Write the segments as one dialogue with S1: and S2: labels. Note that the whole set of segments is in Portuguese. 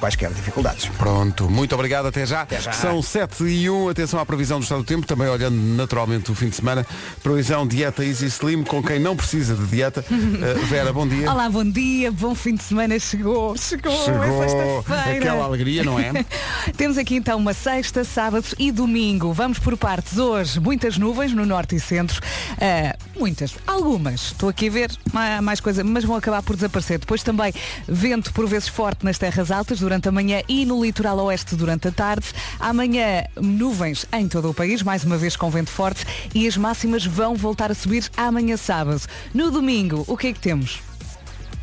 S1: quaisquer dificuldades.
S2: Pronto, muito obrigado, até já.
S1: já.
S2: São 7 e 1, atenção à previsão do estado do tempo, também olhando naturalmente o fim de semana. Previsão Dieta Easy Slim, com quem não precisa de dieta. Uh, Vera, bom dia.
S3: Olá, bom dia, bom fim de semana. Chegou, chegou, é
S2: Chegou
S3: sexta-feira.
S2: aquela alegria, não é?
S3: Temos aqui então uma sexta, sábado e domingo. Vamos por partes hoje. Muitas nuvens no norte e centro. Ah, muitas, algumas. Estou aqui a ver ma- mais coisa, mas vão acabar por desaparecer. Depois também vento por vezes forte nas terras altas durante a manhã e no litoral oeste durante a tarde. Amanhã nuvens em todo o país, mais uma vez com vento forte e as máximas vão voltar a subir amanhã sábado. No domingo, o que é que temos?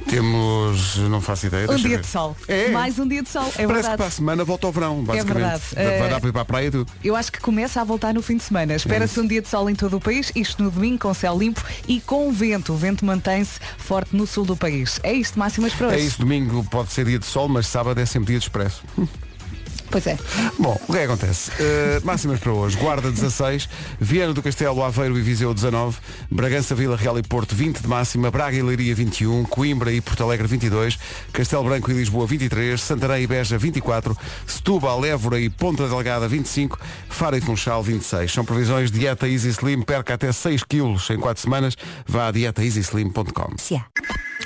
S2: Temos, não faço ideia.
S3: Um
S2: deixa
S3: dia
S2: ver.
S3: de sol.
S2: É.
S3: Mais um dia de sol,
S2: Parece
S3: é
S2: que
S3: verdade.
S2: para a semana volta ao verão, basicamente.
S3: verdade. Eh,
S2: Vai dar para ir para a praia e tudo.
S3: Eu acho que começa a voltar no fim de semana. Espera-se um dia de sol em todo o país, isto no domingo, com céu limpo e com vento. O vento mantém-se forte no sul do país. É isto, máximas para hoje.
S2: É isso, domingo pode ser dia de sol, mas sábado é sempre dia de expresso.
S3: Pois é.
S2: Bom, o que é que acontece? Uh, máximas para hoje. Guarda 16, Viana do Castelo, Aveiro e Viseu 19, Bragança, Vila Real e Porto 20 de máxima, Braga e Leiria 21, Coimbra e Porto Alegre 22, Castelo Branco e Lisboa 23, Santarém e Beja 24, Setúbal, Évora e Ponta Delgada 25, Faro e Funchal 26. São previsões Dieta Easy Slim, perca até 6 quilos em 4 semanas. Vá a dietaeasyslim.com.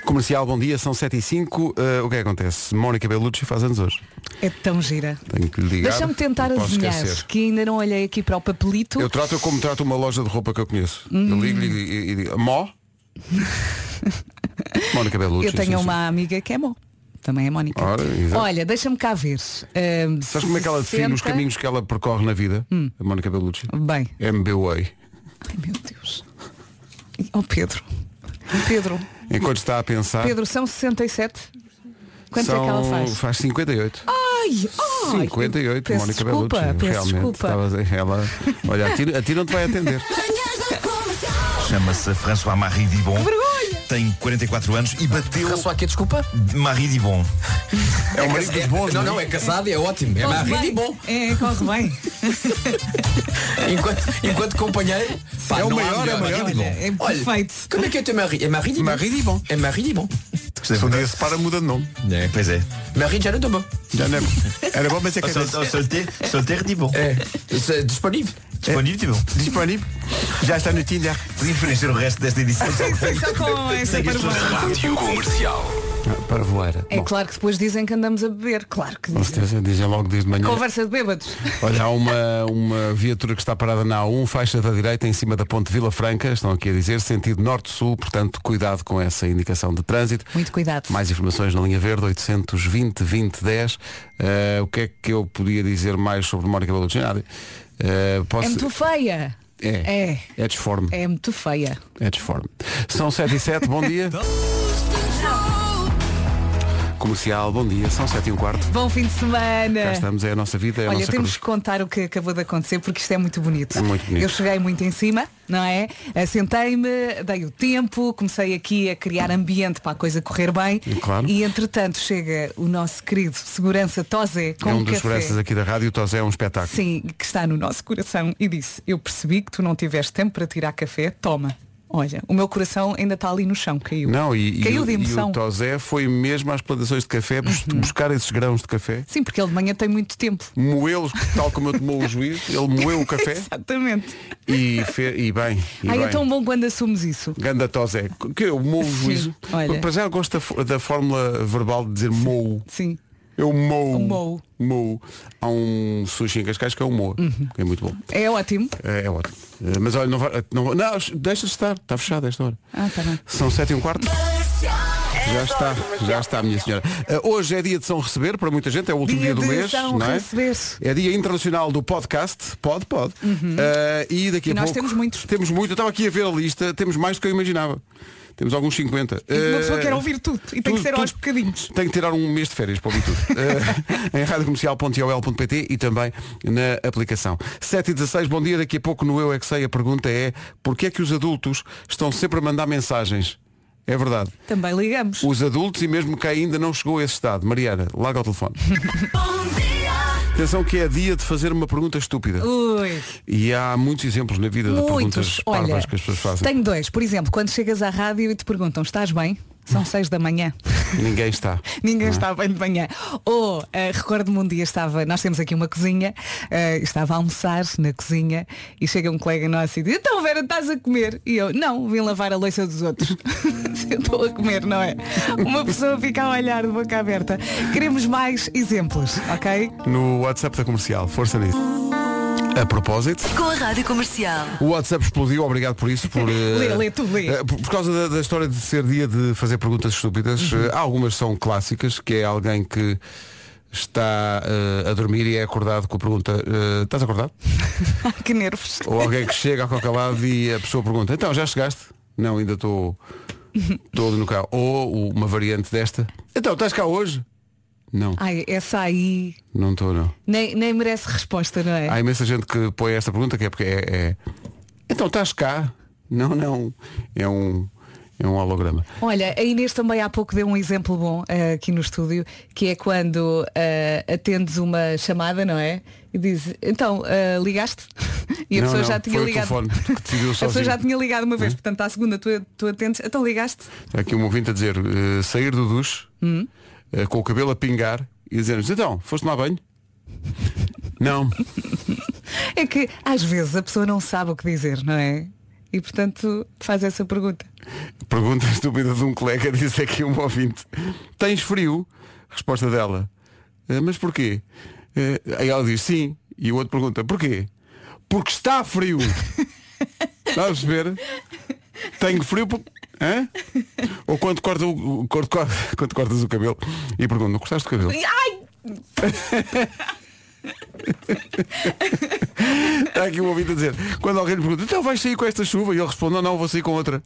S2: Comercial, bom dia, são 7 e 5. Uh, o que é que acontece? Mónica Bellucci faz anos hoje.
S3: É tão gira.
S2: Tenho que lhe ligar.
S3: Deixa-me tentar
S2: Não posso
S3: adivinhar,
S2: esquecer.
S3: que ainda não olhei aqui para o papelito.
S2: Eu trato como trato uma loja de roupa que eu conheço.
S3: Hum.
S2: Eu ligo-lhe e- e e digo, Mó? Mónica Bellucci.
S3: Eu
S2: sim, sim.
S3: tenho uma amiga que é Mó. Também é Mónica.
S2: Ora, exato.
S3: Olha, deixa-me cá ver. Ahm,
S2: Sabes como é que ela define os
S3: 60?
S2: caminhos que ela percorre na vida?
S3: Hum.
S2: A Mónica Bellucci.
S3: Bem,
S2: MBWay.
S3: ai meu Deus. Oh Pedro. Pedro.
S2: Enquanto está a pensar,
S3: Pedro, são 67? Quantos
S2: são...
S3: é que ela faz?
S2: faz 58.
S3: Ai, ai,
S2: 58,
S3: peço
S2: Mónica
S3: desculpa,
S2: Bellucci.
S3: Peço
S2: Realmente.
S3: desculpa.
S2: estava- Ela, olha, a ti, a ti não te vai atender.
S4: Chama-se François Marie Dibon.
S3: vergonha!
S4: Tem 44 anos e bateu
S5: François aqui, desculpa?
S4: de Marie Dibon.
S2: É o marido dos bons, não
S5: não,
S2: é?
S5: não, é casado e é ótimo. É
S3: Corre
S5: marido
S3: bem.
S5: e bom.
S3: É, corre bem.
S5: Enquanto, enquanto companheiro, pá,
S2: É o
S5: não há
S2: maior, é o maior.
S5: Marido e
S3: Olha,
S5: bom.
S3: é
S5: Olha,
S3: perfeito.
S5: Como é que é o teu marido? É marido e bom.
S2: Marido e bom.
S5: É marido e bom.
S4: Gostei
S2: Se um
S4: muito.
S2: dia se para, muda de nome.
S4: É, Pois é.
S5: Marido já não estou bom.
S2: Já não é- Era bom, mas é que era
S4: Sol- Solteiro solteiro Dibon.
S5: É, se- disponível.
S4: Disponível Dibon.
S2: disponível. Já está no Tinder.
S4: Podíamos preencher o resto desta edição.
S3: Só com esta
S4: Sei que as pessoas
S3: barbaridade.
S2: Para voar.
S3: É claro que depois dizem que andamos a beber, claro que
S2: Com
S3: dizem.
S2: certeza, dizem logo desde manhã.
S3: Conversa de bêbados.
S2: Olha, há uma, uma viatura que está parada na A1, faixa da direita, em cima da ponte Vila Franca, estão aqui a dizer, sentido norte-sul, portanto, cuidado com essa indicação de trânsito.
S3: Muito cuidado.
S2: Mais informações na linha verde, 820 2010. o que é que eu podia dizer mais sobre Mónica Bellucci? Nada. Eh, posso...
S3: É muito feia.
S2: É.
S3: É.
S2: É disforme.
S3: É muito feia.
S2: É disforme. São 7 e 7, bom dia. Comercial, bom dia. São 7 e um quarto.
S3: Bom fim de semana.
S2: Cá estamos, é a nossa vida, é a
S3: Olha,
S2: nossa
S3: temos
S2: cruz.
S3: que contar o que acabou de acontecer porque isto é muito bonito.
S2: É muito bonito.
S3: Eu cheguei muito em cima, não é? Assentei-me, dei o tempo, comecei aqui a criar ambiente para a coisa correr bem.
S2: Claro.
S3: E entretanto chega o nosso querido segurança Tozé com
S2: É um
S3: café.
S2: dos seguranças aqui da rádio, o Tozé é um espetáculo.
S3: Sim, que está no nosso coração e disse, eu percebi que tu não tiveste tempo para tirar café, toma. Olha, o meu coração ainda está ali no chão, caiu.
S2: Não, e, e
S3: caiu
S2: o-
S3: de
S2: e
S3: emoção. Uhum.
S2: o Tozé foi mesmo às plantações de café bus- buscar esses grãos de café,
S3: Sim, porque ele de manhã tem muito tempo.
S2: moê-los, tal como eu tomou o juiz, ele moeu o café
S3: Exatamente.
S2: e, fe- e bem. E
S3: Ai,
S2: bem.
S3: é tão bom quando assumes isso.
S2: Ganda Tozé, que eu mou o
S3: Sim,
S2: juízo.
S3: olha.
S2: Para já eu gosto da, fo- da fórmula verbal de dizer mou.
S3: Sim.
S2: Eu mou.
S3: Um Mou.
S2: Mou. Há um sushi em Cascais que é o mou, que é muito bom.
S3: É ótimo.
S2: É, é ótimo. É, Mas olha, não, vai, não, não deixa de estar, está fechado a esta hora.
S3: Ah, tá bem.
S2: São sete e um quarto. Já está, já está, minha senhora. Ah, Hoje é dia de São Receber, para muita gente, é o último dia,
S3: Dia
S2: do
S3: de
S2: mês.
S3: São
S2: não é?
S3: Receber.
S2: é dia internacional do podcast, pode, pode. Ah, e daqui
S3: Uhum. E
S2: a
S3: nós
S2: pouco.
S3: temos muitos.
S2: Temos muito, eu estava aqui a ver a lista, temos mais do que eu imaginava. Temos alguns 50.
S3: Uma
S2: Ah,
S3: pessoa quer ouvir tudo e tem que
S2: tudo,
S3: ser aos
S2: tudo.
S3: bocadinhos.
S2: Tenho que tirar um mês de férias para ouvir tudo. Eh, em radiocomercial.ol.pt e também na aplicação. 7 e 16, bom dia. Daqui a pouco no Eu É Que Sei a pergunta é porquê é que os adultos estão sempre a mandar mensagens? É verdade.
S3: Também ligamos.
S2: Os adultos e mesmo quem ainda não chegou a esse estado. Mariana, larga o telefone. Atenção que é dia de fazer uma pergunta estúpida.
S3: Ui,
S2: E há muitos exemplos na vida de
S3: muitos.
S2: perguntas
S3: Olha,
S2: parvas que as pessoas fazem.
S3: tenho dois. Por exemplo, quando chegas à rádio e te perguntam, estás bem? São seis da manhã.
S2: Ninguém está.
S3: Ninguém
S2: Não é?
S3: está bem de manhã. Ou eh, recordo-me um dia estava, nós temos aqui uma cozinha, eh, estava a almoçar na cozinha e chega um colega nosso e diz, então Vera, estás a comer? E eu, não, vim lavar a louça dos outros. eu estou a comer, não é? Uma pessoa fica a olhar de boca aberta. Queremos mais exemplos, ok?
S2: No WhatsApp da comercial, força nisso. A propósito,
S1: Com a Rádio Comercial.
S2: o WhatsApp explodiu, obrigado por isso. Por, eh,
S3: Lê, lê, tu lê.
S2: eh, por, por causa da, da história de ser dia de fazer perguntas estúpidas,
S3: Uhum.
S2: eh, há algumas são clássicas, que é alguém que está eh, a dormir e é acordado com a pergunta, eh, estás acordado?
S3: que nervos.
S2: Ou alguém que chega a qualquer lado e a pessoa pergunta, então já chegaste? Não, ainda estou todo no carro. Ou uma variante desta, então estás cá hoje? Não,
S3: Ai, essa aí
S2: não estou não.
S3: nem, nem merece resposta, não é?
S2: Há imensa gente que põe esta pergunta que é porque é. é, Então estás cá? Não, não. É um. É um holograma.
S3: Olha, a Inês também há pouco deu um exemplo bom eh, aqui no estúdio, que é quando eh, atendes uma chamada, não é? E diz, então, eh, ligaste? E a
S2: Não,
S3: pessoa
S2: não,
S3: já tinha
S2: foi o
S3: ligado.
S2: telefone que decidiu Hum?
S3: a pessoa
S2: sozinho.
S3: já tinha ligado uma vez, portanto, à segunda tu, tu atendes, então ligaste?
S2: Há Aqui um ouvinte a dizer, eh, sair do duche, eh, com o cabelo a pingar e dizer-nos, então, foste tomar banho? Não.
S3: É que às vezes a pessoa não sabe o que dizer, não é? E portanto faz essa pergunta.
S2: Pergunta estúpida de um colega, disse aqui um ouvinte. Tens frio? Resposta dela. "Eh, Mas porquê? Eh, Aí ela diz sim. E o outro pergunta, porquê? Porque está frio. Vamos ver? Tenho frio. por- Hã? Ou quando, corta o- o- quando cor- quando cortas o cabelo e pergunta, não cortaste o cabelo?
S3: E, Ai!
S2: Está aqui um ouvinte a dizer, quando alguém lhe pergunta, então vais sair com esta chuva? E ele responde, não, não, vou sair com outra.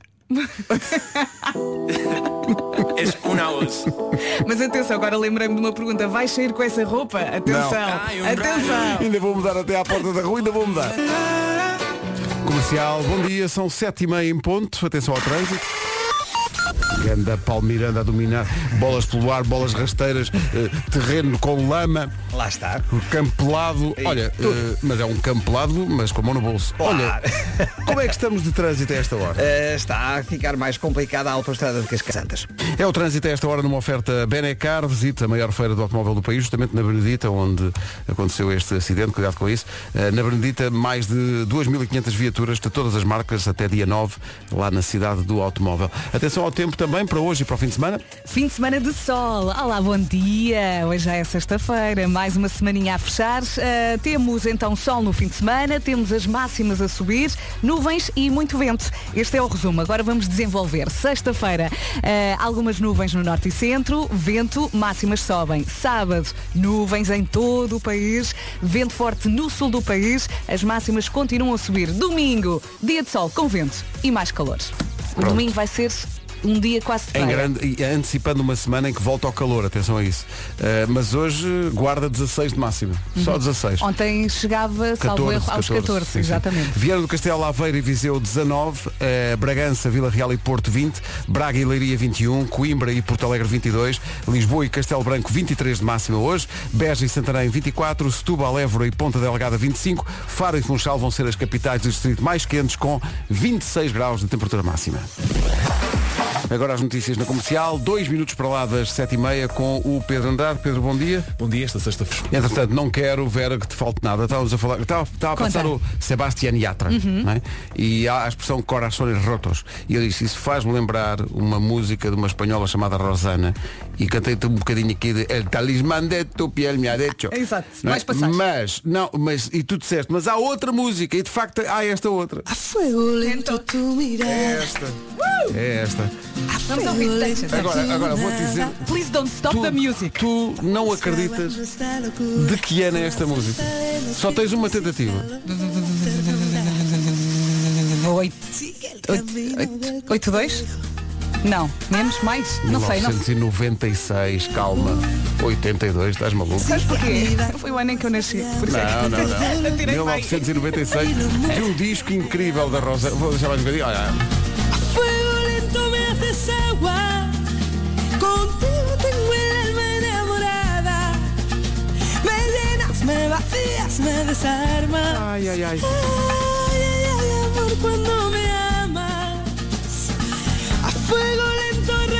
S6: Es una voz.
S3: Mas atenção, agora lembrei-me de uma pergunta. Vais sair com essa roupa? Atenção!
S6: Ai, um
S3: atenção!
S2: Ainda vou mudar até à porta da rua, ainda vou mudar. Comercial, bom dia, são sete e meia em ponto, atenção ao trânsito. Ganda Paulo Miranda a dominar, bolas pelo ar, bolas rasteiras, eh, terreno com lama,
S4: Lá está.
S2: campo pelado. Olha, eh, mas é um campo pelado, mas com a mão no bolso. Olha, como é que estamos de trânsito a esta hora?
S7: Eh, está a ficar mais complicada a autoestrada de Cascais Santas.
S2: É o trânsito a esta hora numa oferta Benecar, visita a maior feira do automóvel do país, justamente na Benedita, onde aconteceu este acidente, cuidado com isso. Eh, Na Benedita, mais de 2.500 viaturas de todas as marcas até dia 9, lá na cidade do automóvel. Atenção ao tempo também para hoje e para o fim de semana.
S3: Fim de semana de sol. Olá, bom dia. Hoje já é sexta-feira, mais uma semaninha a fechar. Ah, temos então sol no fim de semana, temos as máximas a subir, nuvens e muito vento. Este é o resumo. Agora vamos desenvolver. Sexta-feira, ah, algumas nuvens no norte e centro, vento, máximas sobem. Sábado, nuvens em todo o país, vento forte no sul do país, as máximas continuam a subir. Domingo, dia de sol com vento e mais calor. O domingo vai ser um dia quase de
S2: Em
S3: praia.
S2: grande, e antecipando uma semana em que volta ao calor, atenção a isso. Eh, mas hoje guarda 16 de máximo, só 16.
S3: Ontem chegava, salvo erro, aos 14,
S2: sim, sim.
S3: exatamente.
S2: Vieira do Castelo, Aveiro e Viseu 19, eh, Bragança, Vila Real e Porto 20, Braga e Leiria 21, Coimbra e Porto Alegre 22, Lisboa e Castelo Branco 23 de máxima hoje, Beja e Santarém 24, Setúbal, Évora e Ponta Delgada 25, Faro e Funchal vão ser as capitais do distrito mais quentes com 26 graus de temperatura máxima. Agora as notícias na comercial, dois minutos para lá das 7h30 com o Pedro Andrade. Pedro, bom dia.
S8: Bom dia, esta sexta-feira.
S2: Entretanto, não quero, Vera, que te falte nada. Estávamos a falar. Estava, estava a
S3: Conta. Uhum.
S2: passar o Sebastián Yatra. não é? E há a expressão corações rotos. E eu disse, isso faz-me lembrar uma música de uma espanhola chamada Rosana. E cantei-te um bocadinho aqui de El talismã de tu piel me ha decho.
S3: Ah, exato.
S2: Não é?
S3: Mais passagem.
S2: Mas, não, mas, e tu disseste, mas há outra música. E de facto há esta outra.
S3: Então, Uh!
S2: É esta.
S3: Vamos ouvir, deixa.
S2: Agora, agora vou dizer.
S3: tá Please don't stop the music.
S2: tu não acreditas de que ano é esta música. Só tens uma tentativa.
S3: 82? Não, menos,
S2: Ah.
S3: mais? Não sei, não sei.
S2: 1996, calma. 82, estás maluco?
S3: Sabes porquê? Foi o ano em que eu nasci. Por isso é
S2: Não, não,
S3: que
S2: não.
S3: atirei para aí.
S2: 1996, de um disco incrível da Rosa. Vou deixar mais um bocadinho. Olha.
S9: Fuego lento me haces agua. Contigo tengo el alma enamorada. Me llenas, me vacías, me desarmas.
S2: Ai, ai, ai.
S9: Ay, ay, ay, amor, cuando me amas. A fuego lento revolver.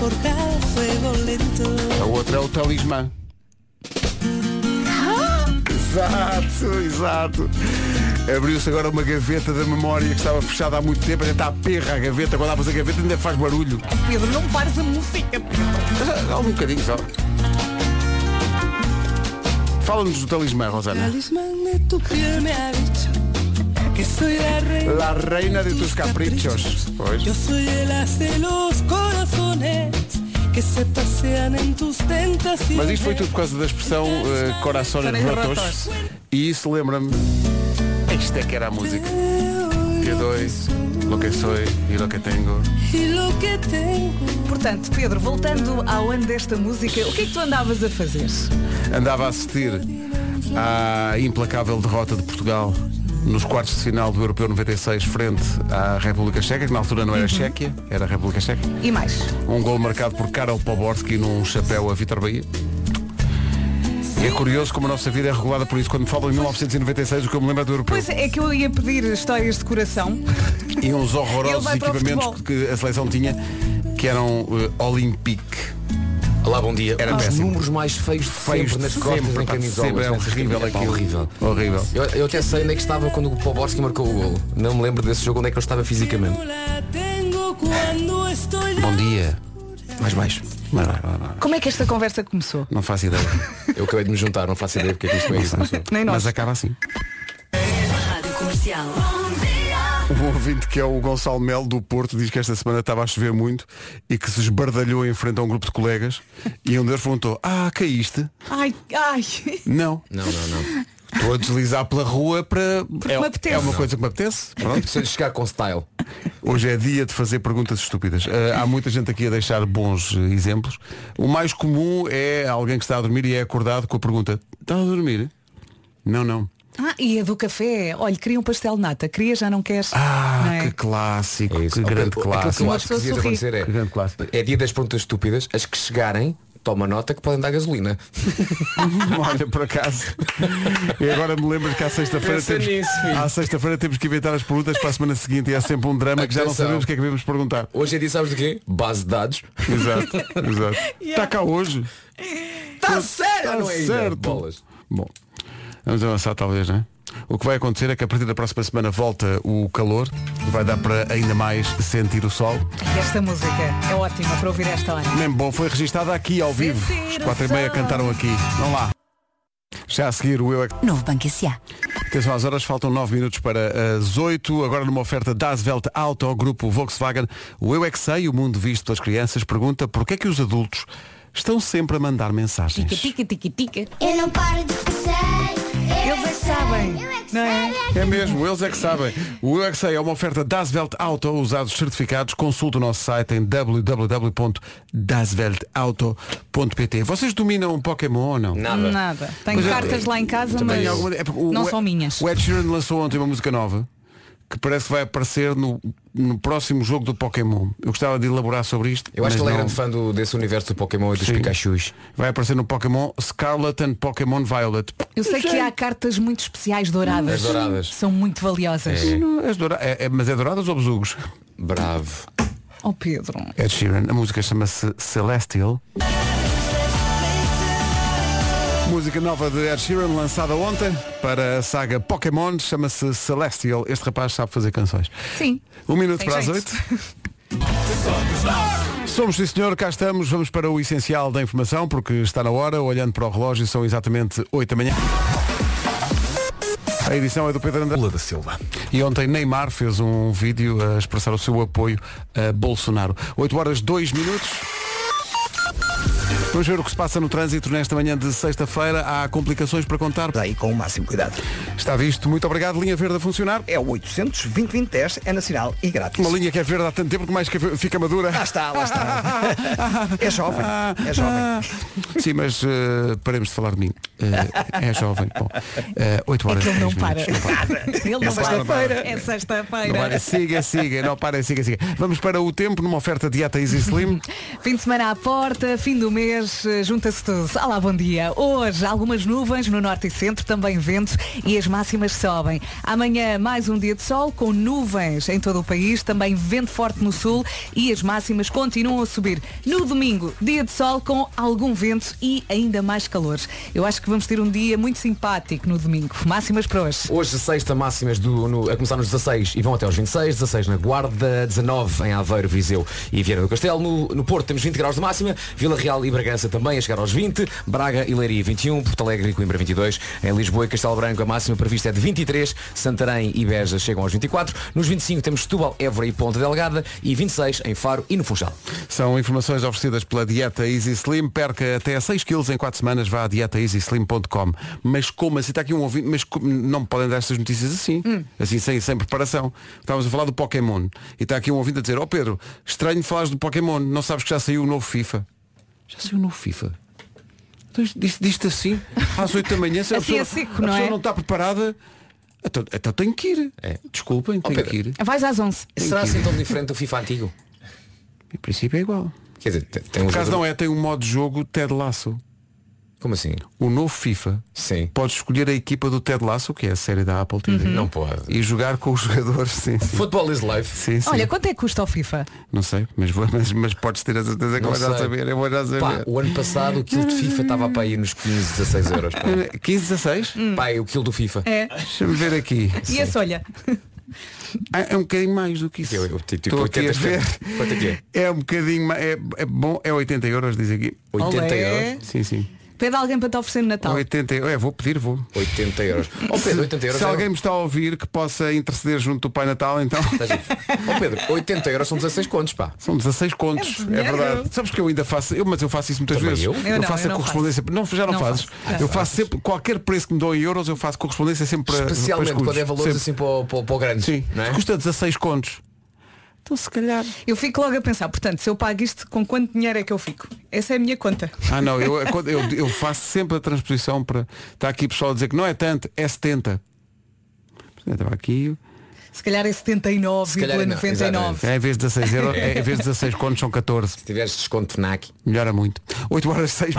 S9: por cada fuego lento.
S2: A outra é o talismã. Exato, exato. Abriu-se agora uma gaveta da memória que estava fechada há muito tempo, ainda está a perra a gaveta, quando abres a gaveta ainda faz barulho.
S3: Pedro, não pares a música.
S2: Mas há- há um bocadinho só. Fala-nos do talismã, Rosana.
S9: Talismán de tu piel me ha dicho que soy la reina,
S2: La reina de tus caprichos. Pois.
S9: Yo soy el as de los corazones que se pasean en tus tentaciones.
S2: Mas isto foi tudo por causa da expressão eh, corações
S3: Corações
S2: rotos.
S3: rotos.
S2: E isso lembra-me. Isto é que era a música. Que dois, lo que soy e lo que tengo.
S9: Y lo que tengo
S3: Portanto, Pedro, voltando ao ano desta música, o que é que tu andavas a fazer?
S2: Andava a assistir à implacável derrota de Portugal nos quartos de final do Europeu 96 frente à República Checa, que na altura
S3: Uhum.
S2: não era Chequia, era a República Checa.
S3: E mais?
S2: Um gol marcado por Karel Poborski num chapéu a Vitor Bahia. É curioso como a nossa vida é regulada por isso. Quando me falam em 1996, o que eu me lembro é do Europeu.
S3: Pois é, é que eu ia pedir histórias de coração.
S2: e uns
S3: Ele
S2: horrorosos
S3: vai para o
S2: equipamentos
S3: futebol.
S2: que a seleção tinha que eram eh, Olympique
S5: Olá, bom dia.
S2: Era
S5: Os
S2: péssimo.
S5: números mais feios, de
S2: feios
S5: sempre nas
S2: de
S5: costas,
S2: sempre,
S5: em
S2: pá,
S5: camisolas.
S2: sempre é
S5: nessas
S2: horrível
S5: camisolas. Pá,
S2: aquilo.
S5: horrível.
S2: horrível
S5: Eu, eu até sei onde é que estava quando o Poborski marcou o golo. Não me lembro desse jogo onde é que eu estava fisicamente.
S9: no la tengo cuando estoy
S5: Bom dia. Mais baixo.
S2: não, não, não,
S3: Como é que esta conversa começou?
S2: não faço ideia
S5: Eu acabei de me juntar, não faço ideia porque é que isto é isso. não sei.
S3: Nem nós.
S2: mas acaba assim um ouvinte que é o Gonçalo Melo do Porto diz que esta semana estava a chover muito e que se esbardalhou em frente a um grupo de colegas e um deles perguntou, ah, caíste?
S3: Ai, ai.
S2: Não.
S5: Não, não, não.
S2: Estou a deslizar pela rua para.
S3: me
S2: É,
S3: apetece.
S2: é uma coisa que me apetece. Pronto.
S5: Preciso chegar com style.
S2: Hoje é dia de fazer perguntas estúpidas. Ah, há muita gente aqui a deixar bons eh, exemplos. O mais comum é alguém que está a dormir e é acordado com a pergunta, estás a dormir? Não, não.
S3: Ah, e a do café? Olha, queria um pastel de nata. Queria, já não queres.
S2: Ah,
S3: Não é?
S2: que clássico, que
S5: Ao
S2: grande
S5: pé- é Aquilo que
S2: clássico.
S5: eu
S3: Uma
S5: acho que
S3: pessoa
S5: devia de
S3: sorri.
S5: acontecer
S2: Que grande clássico.
S5: é. É dia das perguntas estúpidas, as que chegarem, toma nota que podem dar gasolina.
S2: Olha, por acaso. E agora me lembro que à sexta-feira
S5: Pensa
S2: temos,
S5: nisso, filho.
S2: à sexta-feira temos que inventar as perguntas para a semana seguinte e é sempre um drama que já não
S5: Atenção.
S2: sabemos o que é que devemos perguntar.
S5: Hoje é dia, sabes de quê? Base de dados.
S2: Exato, exato. Está cá hoje.
S5: Está certo!
S2: Tá
S5: não é ainda?
S2: certo.
S5: Bolas.
S2: Bom, vamos avançar talvez, não é? O que vai acontecer é que a partir da próxima semana volta o calor, vai dar para ainda mais sentir o sol.
S3: Esta música é ótima para ouvir esta hora.
S2: Mesmo bom, foi registada aqui ao vivo.
S3: Sentir
S2: Os
S3: o
S2: quatro e meia
S3: sol.
S2: cantaram aqui. Vamos lá. Já a seguir o Eu é que-
S1: Novo Banco S.A.
S2: Atenção às horas, faltam 9 minutos para as 8, agora numa oferta da Asvelt Auto ao grupo Volkswagen. O Eu é que sei, o mundo visto pelas crianças, pergunta porquê é que os adultos estão sempre a mandar mensagens.
S3: Tica, tica, tica.
S8: Eu não paro de pensar.
S3: Eles é que sabem,
S8: Eu é que
S3: não é?
S8: sei.
S2: É mesmo, eles é que sabem. O Eu é que sei é uma oferta Dasvelt Auto, usados certificados. Consulte o nosso site em www.dasveltauto.pt. Vocês dominam Pokémon ou não?
S5: Nada.
S3: Nada. Tenho
S2: Mas,
S3: cartas lá em casa,
S2: Também
S3: mas
S2: há alguma- é porque o-
S3: não
S2: o-
S3: são minhas.
S2: O Ed Sheeran lançou ontem uma música nova que parece que vai aparecer no, no próximo jogo do Pokémon. Eu gostava de elaborar sobre isto.
S5: Eu acho que
S2: mas
S5: ele é
S2: não.
S5: grande fã do- desse universo do Pokémon e dos
S2: Sim.
S5: Pikachus.
S2: Vai aparecer no Pokémon Scarlet and Pokémon Violet.
S3: Eu sei que há cartas muito especiais douradas.
S5: As douradas.
S3: São muito valiosas.
S5: É.
S2: Não, és doura- é- é- mas é douradas ou besugos?
S5: Bravo.
S3: Oh Pedro.
S2: Ed Sheeran, a música chama-se Celestial. Música nova de Ed Sheeran, lançada ontem para a saga Pokémon, chama-se Celestial. Este rapaz sabe fazer canções.
S3: Sim.
S2: Um minuto
S3: Tem
S2: para as
S3: jeito.
S2: oito. Somos, sim senhor, cá estamos, vamos para o essencial da informação, porque está na hora, olhando para o relógio, são exatamente 8 da manhã. A edição é do Pedro André.
S5: Lula da Silva.
S2: E ontem Neymar fez um vídeo a expressar o seu apoio a Bolsonaro. 8 horas 2 minutos. Vamos ver o que se passa no trânsito nesta manhã de sexta-feira. Há complicações para contar.
S7: Aí com o máximo cuidado.
S2: Está visto. Muito obrigado. Linha verde a funcionar.
S7: É o 800 é nacional e grátis.
S2: Uma linha que é verde há tanto tempo que mais que fica madura.
S7: Lá está, lá está. é jovem, é jovem.
S2: Sim, mas eh, paremos de falar de mim. Eh, é jovem. Bom, eh, 8
S7: É
S2: horas.
S3: É Que ele não
S2: 10
S3: para.
S2: minutos.
S3: Ele não para. É
S2: Não para.
S3: sexta-feira.
S2: Siga, siga, não para, siga, siga. Vamos para o tempo numa oferta de dieta Easy Slim.
S3: Fim de semana à porta, fim do mês, eh, junta-se tudo. Olá, bom dia. Hoje, algumas nuvens no norte e centro, também ventos e as máximas. máximas sobem. Amanhã mais um dia de sol com nuvens em todo o país, também vento forte no sul e as máximas continuam a subir. No domingo, dia de sol com algum vento e ainda mais calor. Eu acho que vamos ter um dia muito simpático no domingo. Máximas para hoje.
S5: Hoje, sexta máximas do, no- a começar nos 16 e vão até aos 26, 16 na Guarda, 19 em Aveiro, Viseu e Vieira do Castelo. No, no Porto temos 20 graus de máxima, Vila Real e Bragança também a chegar aos 20, Braga e Leiria 21, Porto Alegre e Coimbra 22, em Lisboa e Castelo Branco a máxima prevista é de 23, Santarém e Beja chegam aos 24, nos 25 temos Setúbal, Évora e Ponta Delgada e 26 em Faro e no Funchal.
S2: São informações oferecidas pela Dieta Easy Slim. Perca até 6 quilos em 4 semanas. Vá a dietaeasyslim.com. Mas como assim? Está aqui um ouvinte, mas como- não me podem dar estas notícias assim.
S3: Hum.
S2: Assim, sem, sem preparação. Estávamos a falar do Pokémon. E está aqui um ouvinte a dizer, ó Pedro, estranho falares do Pokémon. Não sabes que já saiu o novo FIFA. Já saiu o novo FIFA? Então, isto- diz- Diz-te assim, às 8 da manhã, se a
S3: Assim
S2: pessoa,
S3: é seco,
S2: a
S3: não
S2: pessoa
S3: é?
S2: não está preparada, então, então tenho que ir. Desculpem, tenho
S5: Pedro.
S2: que ir.
S3: Vais às 11.
S5: Será assim tão diferente do FIFA antigo?
S2: Em princípio é igual.
S5: Quer dizer, te- tem um
S2: Por acaso
S5: jogador-
S2: não é, tem um modo de jogo Ted Lasso.
S5: Como assim?
S2: O novo FIFA
S5: Sim.
S2: podes escolher a equipa do Ted Lasso, que é a série da Apple TV,
S5: Não pode.
S2: e jogar com os jogadores, sim. sim.
S5: Football is life.
S2: Sim, sim.
S3: Olha, quanto é que custa o FIFA?
S2: Não sei, mas, vou, mas, mas podes ter a certeza que
S5: Não
S2: vais já
S5: sei.
S2: saber. Eu vou já saber.
S5: Pá, o ano passado o quilo de FIFA estava para ir nos 15, 16 euros. Pá,
S2: 15, 16?
S5: Pá, é o quilo do FIFA.
S3: Hum. É.
S2: Eh, Deixa-me ver aqui.
S3: E esse, olha.
S2: Ah, É um bocadinho mais do que isso.
S5: Eu- eu- tipo,
S2: Estou aqui a
S5: 80
S2: ver.
S5: Quanto é que é?
S2: É um bocadinho mais. É, é bom, é 80 euros, diz aqui.
S5: 80
S3: Olé.
S5: euros.
S2: Sim, sim.
S3: Pede alguém para te oferecer no
S5: Tá.
S3: Natal.
S2: 80 É, vou pedir, vou.
S5: 80 euros. Ó Pedro, 80 euros.
S2: Se
S5: é-
S2: alguém me está a ouvir que possa interceder junto do Pai Natal, então.
S5: Estás a- tá Ó Pedro, 80 euros são 16 contos, pá.
S2: São 16 contos, é,
S3: dinheiro.
S2: verdade. Sabes que eu ainda faço, eu, mas eu faço isso muitas
S5: Também
S2: vezes.
S5: eu?
S3: Eu não,
S2: faço
S3: eu
S2: a
S3: não
S2: correspondência. Não, já não,
S3: Não
S2: fazes.
S3: faço. Ah,
S2: eu faço sempre, qualquer preço que me dão em euros, eu faço correspondência sempre para.
S5: Especialmente
S2: para escudos.
S5: quando é valores
S2: Sempre.
S5: assim para o, para o- para o grande.
S2: Sim.
S5: Não é?
S2: Custa 16 contos. Então se calhar.
S3: Eu fico logo a pensar, portanto, se eu pago isto, com quanto dinheiro é que eu fico? Essa é a minha conta.
S2: Ah não, eu, quando- eu, eu faço sempre a transposição para. Está aqui pessoal a dizer que não é tanto, é 70. Portanto, Estava aqui.
S3: Se calhar é
S5: Se calhar é não,
S3: 79,99.
S5: exatamente.
S2: É, em vez de 16 euros, é, em vez de 16 contos são 14.
S5: Se tiveres desconto FNAC.
S2: Melhora muito. 8 horas 6.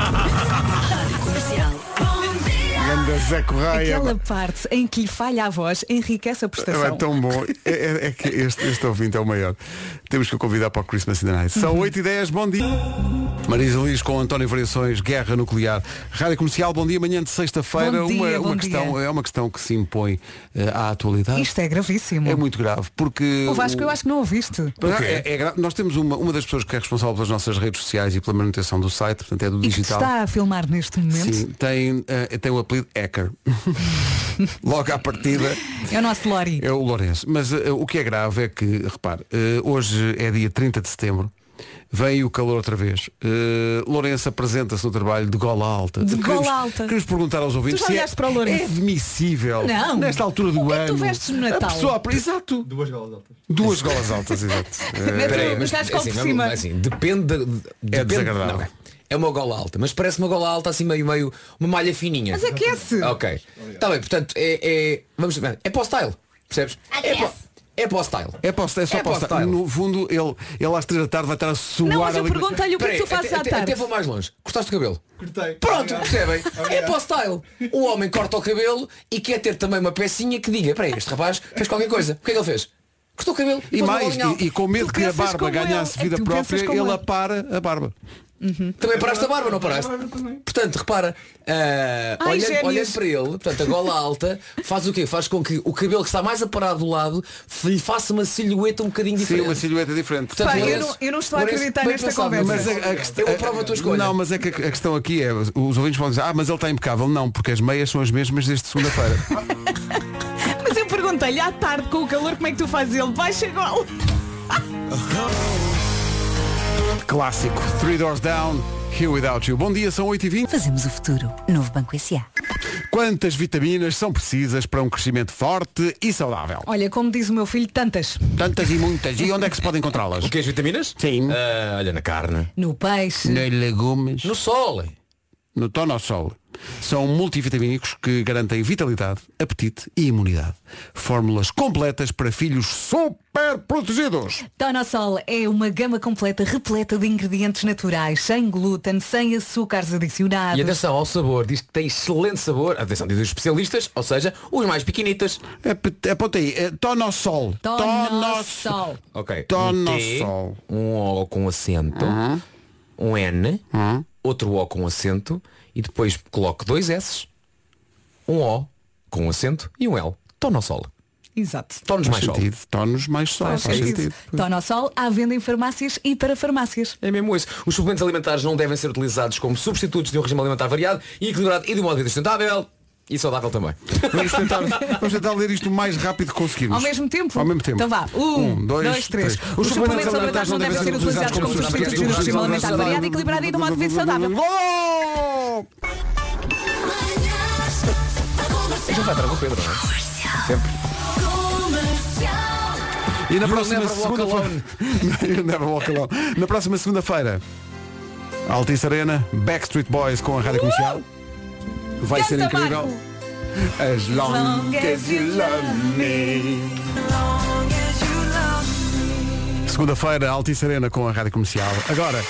S2: Ganda Zé Correia.
S3: Aquela parte em que lhe falha a voz enriquece a prestação.
S2: É tão bom. É, é- é que este, este ouvinte é o maior. Temos que o convidar para o Christmas in the Night. São 8 e 10, bom dia. Marisa Liz com António Variações, Guerra Nuclear. Rádio Comercial, bom dia, manhã de sexta-feira.
S3: Bom dia,
S2: Uma, uma
S3: bom
S2: questão,
S3: dia.
S2: é uma questão que se impõe eh, à atualidade.
S3: Isto é gravíssimo.
S2: é muito grave, porque.
S3: O Vasco, eu acho que não ouviste.
S2: Não, é- é grave. Nós temos uma, uma das pessoas que é responsável pelas nossas redes sociais e pela manutenção do site, portanto é do
S3: E que te
S2: digital.
S3: está a filmar neste momento.
S2: Sim, tem, eh, tem o apelido Hacker. Logo à partida.
S3: É o nosso Lori.
S2: É o Lourenço. Mas eh, o que é grave é que, repare, eh, hoje é dia 30 de setembro, vem o calor outra vez. Eh, Lourenço apresenta-se no trabalho de gola alta.
S3: De
S2: Queremos-
S3: gola alta.
S2: Queremos perguntar aos ouvintes
S3: já
S2: se é,
S3: olhaste para o Lourenço?
S2: é admissível,
S3: Não.
S2: nesta altura do
S3: O que é
S2: ano,
S3: que tu vestes no Natal?
S2: a pessoa... Exato. Duas golas altas. Duas golas altas, exato. Eh,
S3: Mete
S5: Peraí,
S3: o-
S5: mas
S3: estás com
S5: assim,
S3: por
S5: não-
S3: cima.
S5: assim, depende da- de- depende-
S2: desagradável.
S5: não, é uma gola alta, mas parece uma gola alta assim meio meio uma malha fininha.
S3: Mas aquece.
S5: Ok. Está bem, portanto, é, é- vamos ver. É para o style, percebes? É para, é para o style.
S2: É, para o style, é só
S5: É
S2: para o
S5: para o
S2: style.
S5: style.
S2: No fundo, ele, ele às três da tarde vai estar a suar
S3: Não, mas eu
S2: ali-
S3: perguntei-lhe o que é que tu
S5: Peraí,
S3: fazes
S5: até,
S3: à
S5: até-
S3: tarde.
S5: até vou mais longe. Cortaste o cabelo? Cortei. Pronto, percebem? É para o style. O homem corta o cabelo e quer ter também uma pecinha que diga, peraí, este rapaz fez qualquer coisa. O que é que ele fez? Cortou o cabelo
S2: E
S5: pôs uma
S2: mais,
S5: bolinha alta.
S2: e, e com medo
S3: Tu
S2: que a
S3: pensas
S2: barba
S3: como
S2: ganhasse
S3: ele. É
S2: vida
S3: que tu pensas
S2: própria,
S3: como
S2: ele
S3: ele.
S2: apara a barba.
S5: Também paraste a barba, não paraste? Portanto, repara, ah,
S3: Ai,
S5: olhando,
S3: génios.
S5: olhando para ele, portanto, a gola alta faz o quê? Faz com que o cabelo que está mais a parar do lado f- lhe faça uma silhueta um bocadinho
S2: Sim,
S5: diferente.
S2: uma silhueta diferente.
S5: Portanto,
S3: Pá, eu
S5: Lourenço-
S3: não- eu não estou a
S5: Lourenço,
S3: acreditar
S5: bem
S3: nesta
S5: pensado,
S3: conversa.
S5: Lourenço.
S2: Mas é a- a questão-
S5: eu aprovo a tua escolha.
S2: Não, mas é que a, a questão aqui é, os ouvintes vão dizer, ah, mas ele está impecável. Não, porque as meias são as mesmas desde segunda-feira.
S3: Mas eu perguntei-lhe à tarde com o calor como é que tu fazes ele. Vai chegar.
S2: Clássico. Three Doors Down, Here Without You. Bom dia, são 8h20.
S1: Fazemos o futuro. Novo Banco S.A.
S2: Quantas vitaminas são precisas para um crescimento forte e saudável?
S3: Olha, como diz o meu filho, tantas.
S2: Tantas e muitas. E onde é que se pode encontrá-las? Ah.
S5: O que as vitaminas?
S2: Sim.
S5: Ah, olha, na carne.
S3: No peixe.
S2: Nos legumes.
S5: No sol.
S2: no Tonosol são multivitamínicos que garantem vitalidade, apetite e imunidade. Fórmulas completas para filhos super protegidos.
S3: Tonosol é uma gama completa repleta de ingredientes naturais, sem glúten, sem açúcares adicionados.
S5: E atenção ao sabor, diz que tem excelente sabor, atenção, diz os especialistas, ou seja, os mais pequenitas.
S2: Ap- Aponta aí, eh, Tonosol.
S3: Tonosol.
S5: Ok.
S2: Tá Tonosol.
S5: Um, T, um O com acento, um N, outro O com acento e depois coloco dois S, um O com acento e um L. Tonossol.
S3: Exato.
S5: Tonos
S2: Faz
S5: mais sol.
S2: sentido. Tonos mais sol. Faz,
S3: sentido.
S2: sentido.
S3: Tonosol à venda em farmácias e para farmácias.
S5: É mesmo isso. Os suplementos alimentares não devem ser utilizados como substitutos de um regime alimentar variado e equilibrado e de um modo de vida sustentável e saudável também.
S2: Vamos tentar, vamos tentar ler isto o mais rápido que conseguirmos.
S3: Ao mesmo tempo?
S2: Ao mesmo tempo.
S3: Então vá. Um, dois, três. Os suplementos alimentares não devem ser utilizados como substitutos de um regime alimentar variado, equilibrado e de um modo de vida saudável.
S2: Bom!
S8: Manhãs da Comercial.
S5: é?
S8: Comercial.
S2: E na
S5: You'll
S2: próxima
S5: never walk
S2: segunda-feira.
S5: alone.
S2: You'll never walk alone. Na próxima segunda-feira. Altice Arena, Backstreet Boys com a rádio comercial. Vai ser
S3: Canta,
S2: incrível. As long as you love me. Segunda-feira, Altice Arena com a rádio comercial. Agora.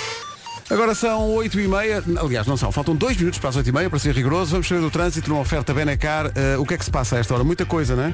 S2: Agora são 8 e meia, aliás não são, faltam 2 minutos para as 8 e meia, para ser rigoroso, vamos saber do trânsito numa oferta Benacar. Eh, o que é que se passa a esta hora? Muita coisa, não é?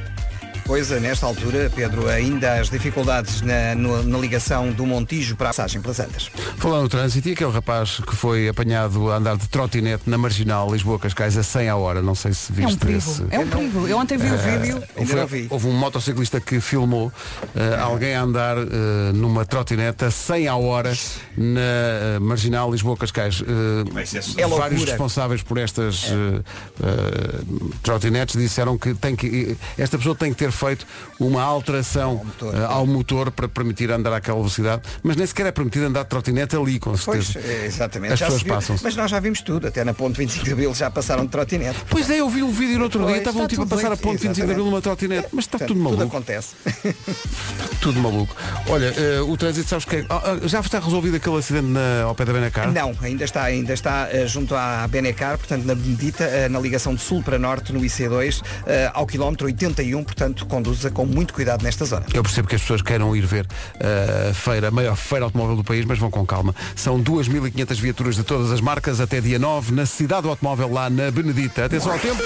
S7: Pois, eh, nesta altura, Pedro, ainda as dificuldades na, no- na ligação do Montijo para a passagem pelas Antas.
S2: Falando no trânsito, e aquele rapaz que foi apanhado a andar de trotinete na marginal Lisboa-Cascais a 100 à hora, não sei se
S3: É
S2: viste
S3: um
S2: esse...
S3: perigo. É um perigo. Eu ontem vi o vídeo.
S7: Ainda
S2: Houve-
S7: não vi.
S2: Houve um motociclista que filmou eh, alguém a andar eh, numa trotineta 100 à hora na eh, marginal Lisboa-Cascais. Eh,
S4: Mas isso
S7: É loucura. É.
S2: vários responsáveis por estas eh, eh, trotinetes disseram que tem que eh, esta pessoa tem que ter feito uma alteração eh, ao motor,
S7: motor.
S2: para permitir andar àquela velocidade, mas nem sequer é permitido andar de trotinete ali, com certeza.
S7: Pois, é, exatamente.
S2: eh, As
S7: já se
S2: pessoas
S7: viu.
S2: passam-se.
S7: Mas nós já vimos tudo, até na ponte 25 de Abril já passaram de trotinete.
S2: Pois é, eu vi o vídeo no outro dia,
S7: Pois,
S2: estava um
S7: está
S2: tipo a
S7: tudo
S2: passar
S7: bem,
S2: a ponte 25 de abril
S7: exatamente.
S2: numa trotinete, mas está
S7: Portanto,
S2: tudo maluco. Ah?
S7: Tudo acontece.
S2: Tudo maluco. Olha, eh, o trânsito, sabes que é? Ah, ah, já está resolvido aquele acidente na, ao pé da Benacar?
S7: Não, ainda está, ainda está eh, junto à Benecar, portanto na Benedita, eh, na ligação de sul para norte, no IC2, eh, ao quilómetro 81, portanto conduza com muito cuidado nesta zona.
S2: Eu percebo que as pessoas queiram ir ver eh, a feira, a maior feira automóvel do país, mas vão com calma. São 2.500 viaturas de todas as marcas até dia 9 na cidade do automóvel lá na Benedita. Atenção ao tempo.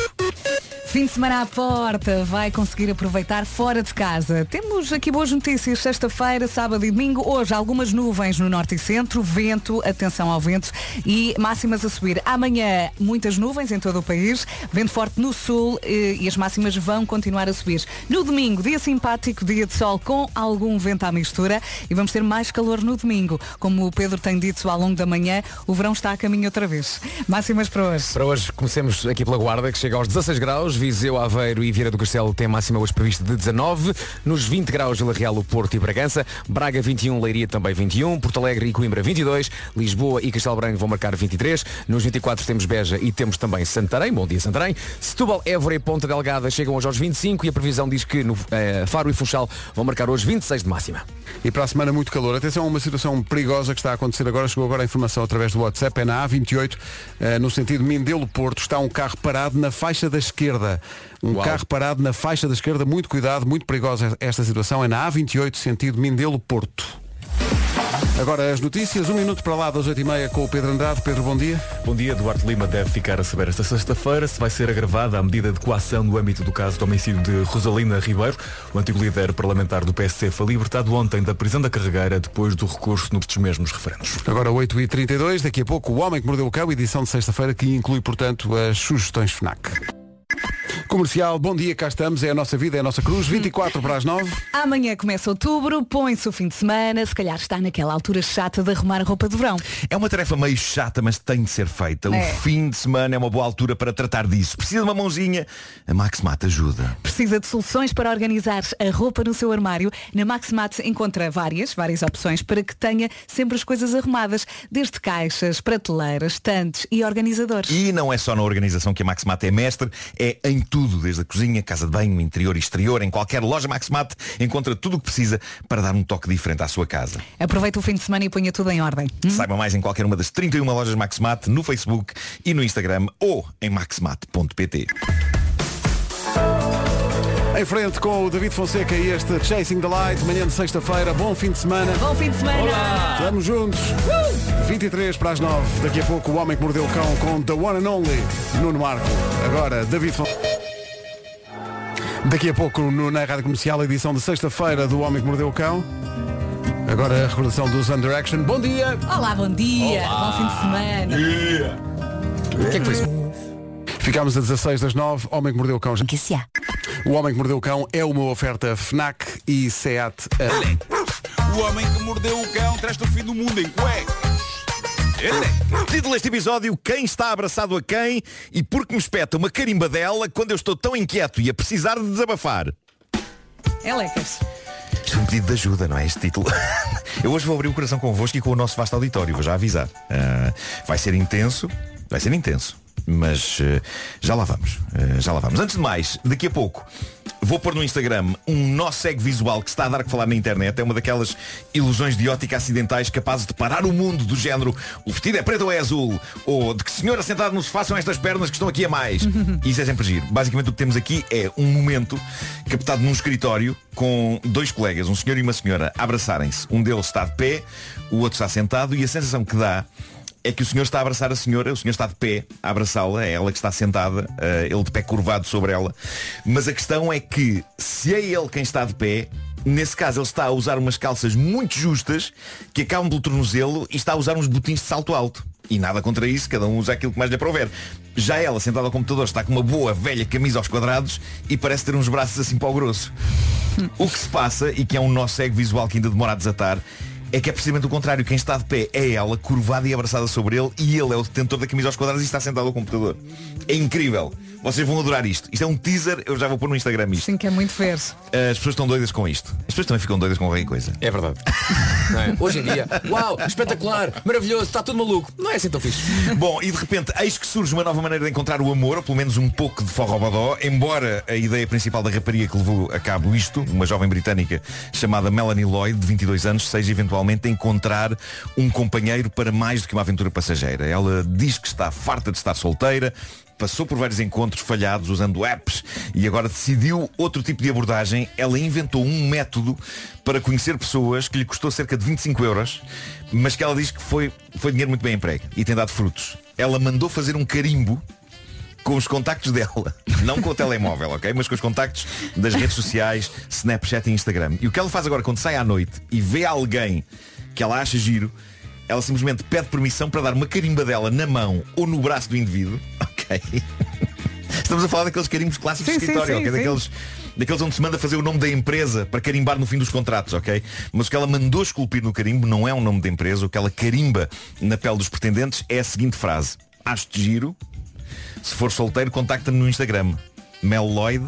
S3: Fim de semana à porta, vai conseguir aproveitar fora de casa. Temos aqui boas notícias, sexta-feira, sábado e domingo. Hoje, algumas nuvens no norte e centro, vento, atenção ao vento e máximas a subir. Amanhã, muitas nuvens em todo o país, vento forte no sul eh, e as máximas vão continuar a subir. No domingo, dia simpático, dia de sol com algum vento à mistura e vamos ter mais calor no domingo. Como o Pedro tem dito ao longo da manhã, o verão está a caminho outra vez. Máximas para hoje.
S5: Para hoje comecemos aqui pela Guarda, que chega aos 16 graus, Viseu, Aveiro e Vieira do Castelo tem a máxima hoje prevista de 19, nos 20 graus Vila Real, o Porto e Bragança, Braga 21, Leiria também 21, Porto Alegre e Coimbra 22, Lisboa e Castelo Branco vão marcar 23, nos 24 temos Beja e temos também Santarém, bom dia Santarém, Setúbal, Évora e Ponta Delgada chegam hoje aos 25 e a previsão diz que no eh, Faro e Funchal vão marcar hoje 26 de máxima.
S2: E para a semana muito calor. Atenção a uma situação perigosa que está a acontecer agora. Chegou agora a informação através do WhatsApp. É na A28, eh, no sentido Mindelo-Porto. Está um carro parado na faixa da esquerda. Um carro parado na faixa da esquerda. Muito cuidado, muito perigosa esta situação. É na A28, sentido Mindelo-Porto. Agora as notícias. Um minuto para lá das 8h30 com o Pedro Andrade. Pedro, bom dia.
S10: Bom dia, Duarte Lima deve ficar a saber esta sexta-feira se vai ser agravada a medida de coação no âmbito do caso do homicídio de Rosalina Ribeiro. O antigo líder parlamentar do PSC foi libertado ontem da prisão da carregueira depois do recurso nos mesmos referendos.
S2: Agora 8h32. Daqui a pouco o Homem que Mordeu o Cão, edição de sexta-feira, que inclui, portanto, as sugestões FNAC. Comercial, bom dia, cá estamos, é a nossa vida, é a nossa cruz, 24 para as 9.
S3: Amanhã começa outubro, põe-se o fim de semana, se calhar está naquela altura chata de arrumar a roupa de verão.
S4: É uma tarefa meio chata, mas tem de ser feita.
S3: É.
S4: O fim de semana é uma boa altura para tratar disso. Precisa de uma mãozinha? A Maxmat ajuda.
S3: Precisa de soluções para organizar a roupa no seu armário? Na Maxmat encontra várias, várias opções para que tenha sempre as coisas arrumadas, desde caixas, prateleiras, estantes e organizadores.
S4: E não é só na organização que a Maxmat é mestre, é em tudo, desde a cozinha, casa de banho, interior e exterior, em qualquer loja Maxmat, encontra tudo o que precisa para dar um toque diferente à sua casa.
S3: Aproveita o fim de semana e ponha tudo em ordem.
S4: Saiba mais em qualquer uma das 31 lojas Maxmat, no Facebook e no Instagram ou em maxmat.pt.
S2: Em frente com o David Fonseca e este Chasing the Light, manhã de sexta-feira. Bom fim de semana.
S3: Bom fim de semana!
S2: Estamos juntos. 23 para as 9. Daqui a pouco, o Homem que Mordeu o Cão com The One and Only, Nuno Marco. Agora, David Fonseca. Daqui a pouco, no, na Rádio Comercial, a edição de sexta-feira do Homem que Mordeu o Cão. Agora, a recordação dos Under Action. Bom dia!
S3: Olá, bom dia! Bom fim de semana!
S5: O que é que foi isso?
S2: Ficámos a 16 das 9. Homem que Mordeu o Cão. já-
S1: Que se há.
S2: O Homem que Mordeu o Cão é uma oferta FNAC e SEAT. a-
S6: O homem que mordeu o cão traz-te o fim do mundo em cuecas. Ele.
S4: Título deste episódio, quem está abraçado a quem e por que me espeta uma carimbadela quando eu estou tão inquieto e a precisar de desabafar.
S3: É lecas.
S4: Isto foi um pedido de ajuda, não é este título? Eu hoje vou abrir o coração convosco e com o nosso vasto auditório, vou já avisar. Ah, vai ser intenso, vai ser intenso, mas eh, já lá vamos, eh, já lá vamos. Antes de mais, daqui a pouco vou pôr no Instagram um nó cego visual que está a dar que falar na internet. É uma daquelas ilusões de ótica acidentais capazes de parar o mundo do género o vestido é preto ou é azul, ou de que senhora sentado não se façam estas pernas que estão aqui a mais. E isso é sempre giro. Basicamente o que temos aqui é um momento captado num escritório com dois colegas, um senhor e uma senhora, a abraçarem-se. Um deles está de pé, o outro está sentado e a sensação que dá é que o senhor está a abraçar a senhora, o senhor está de pé a abraçá-la, é ela que está sentada, eh, ele de pé curvado sobre ela. Mas a questão é que, se é ele quem está de pé, nesse caso ele está a usar umas calças muito justas, que acabam pelo tornozelo, e está a usar uns botins de salto alto. E nada contra isso, cada um usa aquilo que mais lhe aprouver. Já ela, sentada ao computador, está com uma boa velha camisa aos quadrados e parece ter uns braços assim para o grosso. O que se passa, e que é um nó cego visual que ainda demora a desatar, é que é precisamente o contrário. Quem está de pé é ela, curvada e abraçada sobre ele, e ele é o detentor da camisa aos quadrados e está sentado ao computador. É incrível. Vocês vão adorar isto. Isto é um teaser, eu já vou pôr no Instagram isto.
S3: Sim, que é muito ver.
S4: As pessoas estão doidas com isto. As pessoas também ficam doidas com qualquer coisa.
S5: É verdade. Não é? Hoje em dia, uau, espetacular, maravilhoso, está tudo maluco. Não é assim tão fixe.
S4: Bom, e de repente, eis que surge uma nova maneira de encontrar o amor, ou pelo menos um pouco de forrobodó, embora a ideia principal da rapariga que levou a cabo isto, uma jovem britânica chamada Melanie Lloyd, de 22 anos, seja eventualmente encontrar um companheiro para mais do que uma aventura passageira. Ela diz que está farta de estar solteira, passou por vários encontros falhados usando apps e agora decidiu outro tipo de abordagem. Ela inventou um método para conhecer pessoas que lhe custou cerca de 25 euros, mas que ela diz que foi, foi dinheiro muito bem emprego e tem dado frutos. Ela mandou fazer um carimbo com os contactos dela, não com o telemóvel, ok? Mas com os contactos das redes sociais, Snapchat e Instagram. E o que ela faz agora quando sai à noite e vê alguém que ela acha giro, ela simplesmente pede permissão para dar uma carimba dela na mão ou no braço do indivíduo, ok? Estamos a falar daqueles carimbos clássicos
S3: Sim,
S4: de
S3: sim,
S4: escritório,
S3: sim,
S4: ok?
S3: sim.
S4: Daqueles, daqueles onde se manda fazer o nome da empresa para carimbar no fim dos contratos, ok? Mas o que ela mandou esculpir no carimbo não é um nome de empresa, o que ela carimba na pele dos pretendentes é a seguinte frase. Acho-te giro, se for solteiro, contacta-me no Instagram. Mel Lloyd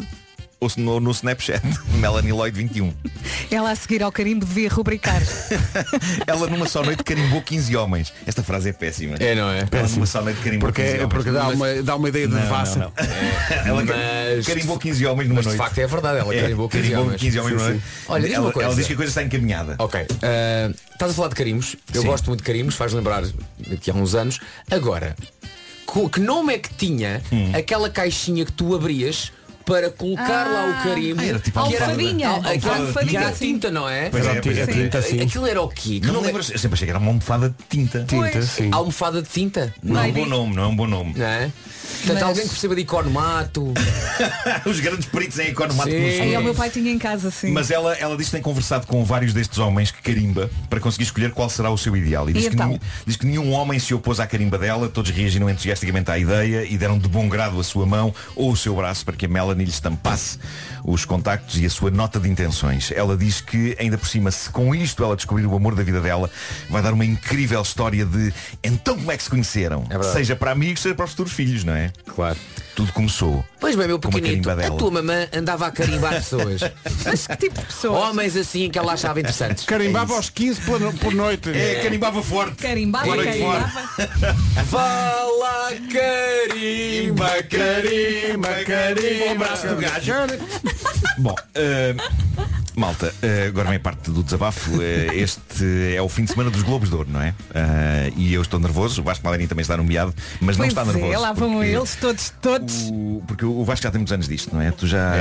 S4: ou se no, no Snapchat. Melanie Lloyd 21.
S3: Ela a seguir ao carimbo devia rubricar.
S4: Ela numa só noite carimbou 15 homens. Esta frase é péssima.
S5: É, não é?
S4: Ela numa só noite carimbou
S2: Porque,
S4: 15
S2: é-
S4: homens.
S2: porque dá, uma, dá uma ideia de devassa.
S4: Ela
S5: Mas-
S4: carimbou 15 homens numa
S5: Mas de
S4: noite.
S5: facto é verdade, ela
S4: É,
S5: carimbou 15
S4: carimbou
S5: homens.
S4: 15 homens numa
S5: Sim,
S4: noite.
S5: sim. Olha, diz uma
S4: ela,
S5: coisa.
S4: ela diz que a coisa está encaminhada.
S5: Ok. ah, estás a falar de carimbos. Eu
S4: Sim.
S5: gosto muito de carimbos, faz lembrar que há uns anos. Agora, co- que nome é que tinha aquela caixinha que tu abrias para
S3: Ah.
S5: colocar lá o carimbo?
S4: Ah, era tipo
S5: Que
S3: almofadinha.
S5: Al- aquela-
S3: Almofadinha,
S5: que era a
S3: sim.
S5: tinta, não é?
S4: Pois é, pois é,
S2: A tinta,
S4: pois é.
S2: sim.
S5: Aquilo era o quê?
S4: Não
S5: Não
S4: me lembro, eu sempre achei que era uma almofada de tinta.
S2: Tinta, sim.
S5: Almofada de tinta?
S4: Não é um
S3: Maybe.
S4: bom nome, não é um bom nome.
S5: Não é? Portanto,
S3: Mas-
S5: alguém que perceba de economato.
S4: Os grandes peritos em economato
S5: Sim.
S4: nos
S3: Aí o meu pai tinha em casa, sim.
S4: Mas ela, ela diz que tem conversado com vários destes homens que carimba para conseguir escolher qual será o seu ideal. E diz, que,
S3: então?
S4: nenhum, diz que nenhum homem se opôs à carimba dela, todos reagiram entusiasticamente à ideia e deram de bom grado a sua mão ou o seu braço para que a Melanie lhe estampasse os contactos e a sua nota de intenções. Ela diz que, ainda por cima, se com isto ela descobrir o amor da vida dela, vai dar uma incrível história de então como é que se conheceram?
S5: verdade.
S4: seja para amigos, seja para os futuros filhos, não é?
S5: Claro.
S4: tudo começou.
S5: Pois bem, meu
S4: com uma
S5: pequenito,
S4: carimba
S5: a
S4: dela.
S5: tua mamã andava a carimbar pessoas.
S3: Mas que tipo de pessoa?
S5: Homens assim que ela achava interessantes. É
S2: Carimbava aos 15 por, por noite.
S4: É, carimbava forte.
S3: Carimbava,
S4: Fora que fora.
S3: carimbava.
S5: Vá lá, carimba, carimba, Um
S4: Ao braço do gajo. Bom, eh, malta, eh, agora vem a parte do desabafo. Eh, este é o fim de semana dos Globos de Ouro, não é? Ah, e eu estou nervoso, o Vasco Maleirinho também está nomeado, mas não
S3: Pois
S4: está
S3: é,
S4: nervoso.
S3: lá vão
S4: porque
S3: eles todos, todos.
S4: o- porque o Vasco já tem muitos anos disto, não é? Tu já.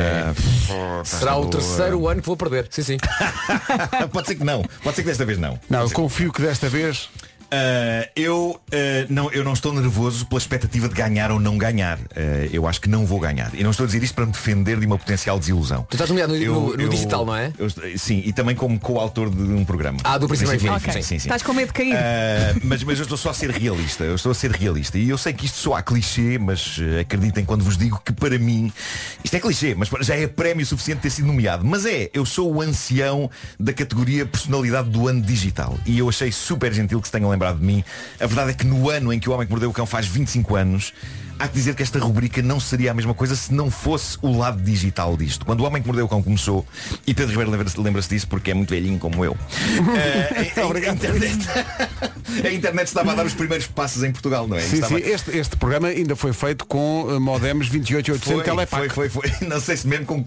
S4: Pô, estás
S5: Será
S4: na
S5: o
S4: boa.
S5: terceiro ano que vou perder. Sim, sim.
S4: Pode ser que não. Pode ser que desta vez não.
S2: Não, eu confio que desta vez
S4: Uh, eu, uh, não, eu não estou nervoso pela expectativa de ganhar ou não ganhar. Uh, eu acho que não vou ganhar. E não estou a dizer isto para me defender de uma potencial desilusão.
S5: Tu estás nomeado no- no- no digital, não é?
S4: eu estou- sim, e também como co-autor de um programa.
S5: Ah, do Princípio ao
S4: Princípio
S5: Fim,
S4: ao
S5: sim.
S4: Sim, sim.
S3: Estás com medo de cair?
S4: Ah, mas, mas eu estou só a ser realista. Eu estou a ser realista. E eu sei que isto soa a clichê, mas eh, acreditem quando vos digo que para mim isto é clichê, mas já é prémio suficiente ter sido nomeado. Mas é, eu sou o ancião da categoria personalidade do ano digital. E eu achei super gentil que se tenham lembrado de mim. A verdade é que no ano em que o Homem que Mordeu o Cão faz 25 anos, há que dizer que esta rubrica não seria a mesma coisa se não fosse o lado digital disto. Quando o Homem que Mordeu o Cão começou, e Pedro Ribeiro lembra-se lembra disso porque é muito velhinho como eu. eh, a- a, a internet, a internet estava a dar os primeiros passos em Portugal, não é?
S2: Sim,
S4: Estava-
S2: sim, este, este programa ainda foi feito com eh, modems 28800
S4: foi,
S2: telepac.
S4: foi, foi, foi. Não sei se mesmo com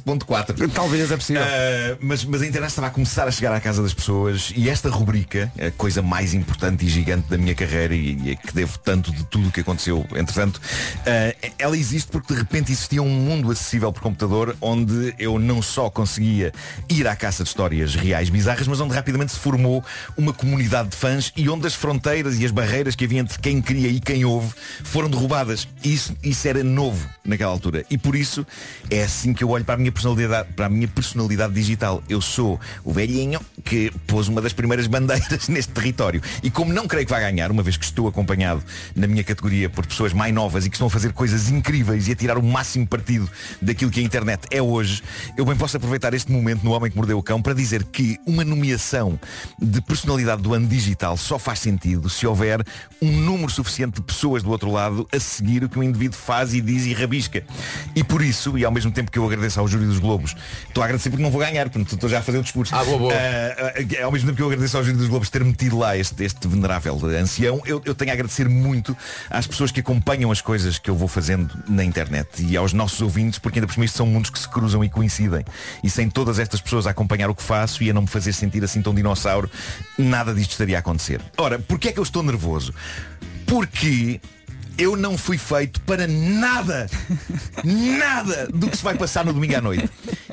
S4: 14.4.
S2: Talvez é possível.
S4: Ah, mas, mas a internet estava a começar a chegar à casa das pessoas e esta rubrica, a coisa mais importante e gigante da minha carreira e, e a que devo tanto de tudo o que aconteceu, entretanto, ah, ela existe porque de repente existia um mundo acessível por computador onde eu não só conseguia ir à caça de histórias reais bizarras, mas onde rapidamente se formou uma comunidade de fãs e onde as fronteiras e as barreiras que havia entre quem cria e quem ouve foram derrubadas. E Isso, isso era novo naquela altura. E por isso é assim que eu olho para a minha personalidade, para a minha personalidade digital. Eu sou o velhinho que pôs uma das primeiras bandeiras neste território. E como não creio que vá ganhar, uma vez que estou acompanhado na minha categoria por pessoas mais novas e que estão a fazer coisas incríveis e a tirar o máximo partido daquilo que a internet é hoje, eu bem posso aproveitar este momento no Homem que Mordeu o Cão para dizer que uma nomeação de personalidade do ano digital só faz sentido se houver um número suficiente de pessoas do outro lado a seguir o que o indivíduo faz e diz e rabisca. E por isso, e ao mesmo tempo que eu agradeço ao Júri dos Globos, estou a agradecer porque não vou ganhar, portanto estou já a fazer o discurso.
S5: Ah, boa, boa.
S4: Ah, ah, ao mesmo tempo que eu agradeço ao Júri dos Globos ter metido lá este, este venerável ancião, eu, eu tenho a agradecer muito às pessoas que acompanham as coisas que eu vou fazendo na internet e aos nossos ouvintes, porque ainda por cima isto são mundos que se cruzam e coincidem. E sem todas estas pessoas a acompanhar o que faço e a não me fazer sentir assim tão dinossauro, nada disto estaria a acontecer. Ora, porquê é que eu estou nervoso? Porque eu não fui feito para nada, nada do que se vai passar no domingo à noite.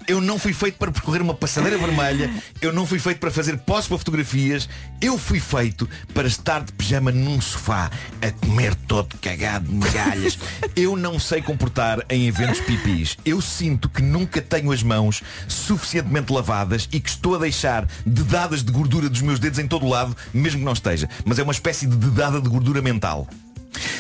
S4: Eu não fui feito para percorrer uma passadeira vermelha, eu não fui feito para fazer pós para fotografias, eu fui feito para estar de pijama num sofá, a comer todo cagado de migalhas. Eu não sei comportar em eventos pipis. Eu sinto que nunca tenho as mãos suficientemente lavadas e que estou a deixar dedadas de gordura dos meus dedos em todo o lado, mesmo que não esteja. Mas é uma espécie de dedada de gordura mental.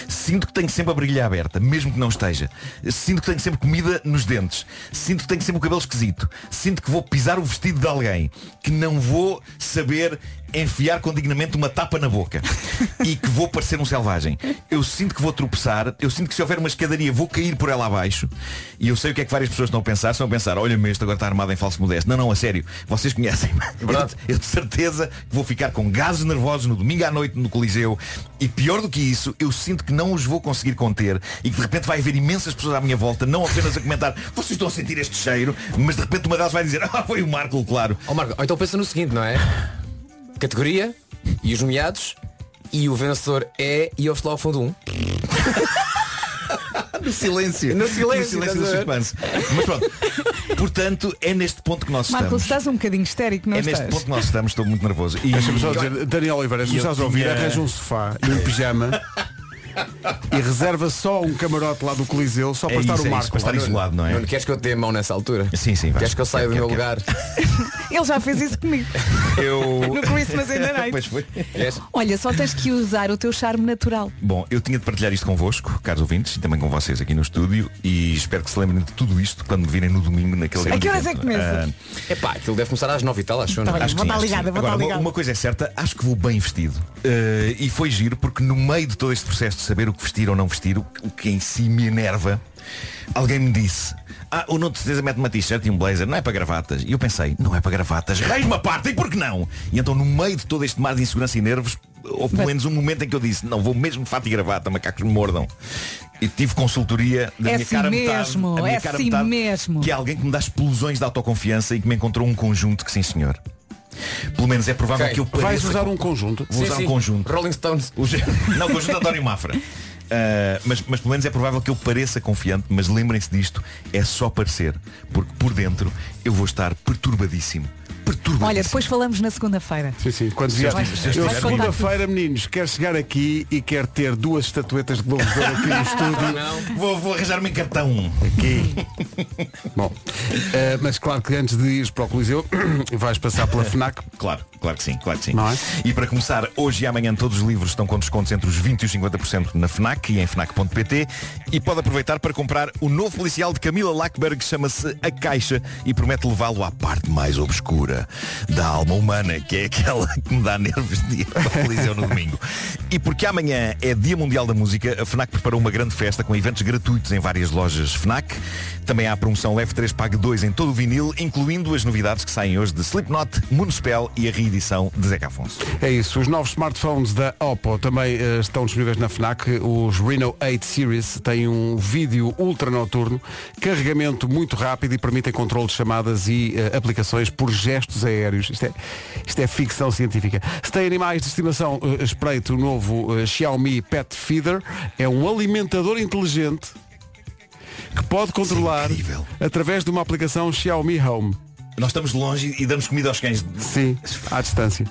S4: Sinto que tenho sempre a brilha aberta, mesmo que não esteja. Sinto que tenho sempre comida nos dentes. Sinto que tenho sempre o cabelo esquisito. Sinto que vou pisar o vestido de alguém. Que não vou saber enfiar com dignamente uma tapa na boca. E que vou parecer um selvagem. Eu sinto que vou tropeçar. Eu sinto que se houver uma escadaria vou cair por ela abaixo. E eu sei o que é que várias pessoas estão a pensar. Estão a pensar, olha-me este agora está armado em falso modesto. Não, não, a sério. Vocês conhecem-me. Eu,
S5: verdade.
S4: eu de certeza que vou ficar com gases nervosos no domingo à noite no Coliseu e pior do que isso, eu sinto que não os vou conseguir conter e que de repente vai haver imensas pessoas à minha volta, não apenas a comentar vocês estão a sentir este cheiro, mas de repente uma delas vai dizer ah, foi o Marco, claro.
S5: Ó Marco, ou então pensa no seguinte, não é? Categoria e os nomeados e o vencedor é e ouve-se lá ao fundo um.
S4: No silêncio.
S5: No silêncio,
S4: do
S5: estás a
S4: suspense. Mas pronto, portanto, é neste ponto que nós
S3: Marco,
S4: estamos.
S3: estás um bocadinho histérico, não
S4: É
S3: estás?
S4: neste ponto que nós estamos, estou muito nervoso. E...
S2: Deixa-me só dizer, Daniel Oliveira, se
S4: eu
S2: nos estás a ouvir,
S4: tinha-
S2: arranja um sofá e um pijama e reserva só um camarote lá do Coliseu só para
S4: É
S2: estar
S4: isso,
S2: o
S4: é
S2: Marco.
S4: isso, para estar isolado, não é?
S5: Nuno, queres que eu te dê a mão nessa altura?
S4: Sim, sim, vai.
S5: Queres que eu saia do
S4: Quero,
S5: meu
S4: quero,
S5: lugar?
S3: Ele já fez isso comigo.
S4: Eu...
S3: No Christmas in the night.
S4: Pois foi.
S5: Queres?
S3: Olha, só tens que usar o teu charme natural.
S4: Bom, eu tinha de partilhar isto convosco, caros ouvintes, e também com vocês aqui no estúdio, e espero que se lembrem de tudo isto quando me virem no domingo naquele
S3: A
S4: grande
S3: que horas
S4: evento.
S3: é que começa?
S4: Ah,
S5: Epá, aquilo deve começar às nove e tal, acho eu. não é?
S3: Tá bem.
S4: Acho que
S3: Vou
S4: sim,
S3: estar
S4: acho que
S3: ligada,
S4: sim.
S3: vou estar
S4: Agora, uma-
S3: ligada.
S4: Uma coisa é certa, acho que vou bem vestido. Eh, e foi giro porque no meio de todo este processo de saber o que vestir ou não vestir, o o que em si me enerva, alguém me disse, ah, o Nuno de certeza mete uma t-shirt e um blazer, não é para gravatas. E eu pensei, não é para gravatas, reis uma parte, e por que não? E então no meio de todo este mar de insegurança e nervos, houve pelo menos um momento em que eu disse, não, vou mesmo de fato e gravata, macacos me mordam. E tive consultoria da
S3: É
S4: minha
S3: assim
S4: cara a
S3: mesmo,
S4: metade, a minha
S3: é
S4: cara a
S3: assim
S4: metade,
S3: mesmo.
S4: que é alguém que me dá explosões de autoconfiança e que me encontrou um conjunto que sim senhor. Pelo menos é provável
S5: Ok.
S4: que eu
S2: Vais
S4: pareça
S2: usar
S4: com-
S2: um conjunto?
S4: Vou
S5: Sim,
S4: usar
S5: sim.
S4: um conjunto.
S5: Rolling Stones.
S4: O gê- Não, o conjunto António Mafra. Ah, mas, mas pelo menos é provável que eu pareça confiante, mas lembrem-se disto, é só parecer, porque por dentro eu vou estar perturbadíssimo. Perturbadíssimo.
S3: Olha, depois falamos na segunda-feira.
S2: Sim, sim. Quando vier.
S4: eu estiver- se eu
S2: Eu
S4: estiver
S2: segunda-feira, meninos, quero chegar aqui e quero ter duas estatuetas de Globo de Ouro aqui no estúdio.
S4: Vou, vou arranjar-me em cartão.
S2: Aqui. Bom, eh, mas claro que antes de ires para o Coliseu, vais passar pela FNAC.
S4: Claro, claro que sim, claro que sim.
S2: Não é?
S4: E para começar, hoje e amanhã todos os livros estão com descontos entre os 20% e os 50% na FNAC e em FNAC.pt e pode aproveitar para comprar o novo policial de Camila Lackberg que chama-se A Caixa e promete levá-lo à parte mais obscura da alma humana, que é aquela que me dá nervos de ir para o Coliseu no domingo. E porque amanhã é Dia Mundial da Música, a FNAC preparou uma grande festa com eventos gratuitos em várias lojas FNAC. Também há a promoção Leve 3 Pague 2 em todo o vinil, incluindo as novidades que saem hoje de Slipknot, Municipal e a reedição de Zeca Afonso.
S2: É isso, os novos smartphones da Oppo também eh, estão disponíveis na FNAC. Os Reno 8 Series têm um vídeo ultra noturno, carregamento muito rápido e permitem controle de chamadas e eh, aplicações por gestos aéreos. Isto é, isto é ficção científica. Se tem animais de estimação, eh, espreite o novo eh, Xiaomi Pet Feeder. É um alimentador inteligente que pode controlar
S4: incrível.
S2: através de uma aplicação Xiaomi Home.
S4: Nós estamos longe e damos comida aos cães.
S2: Sim, à distância.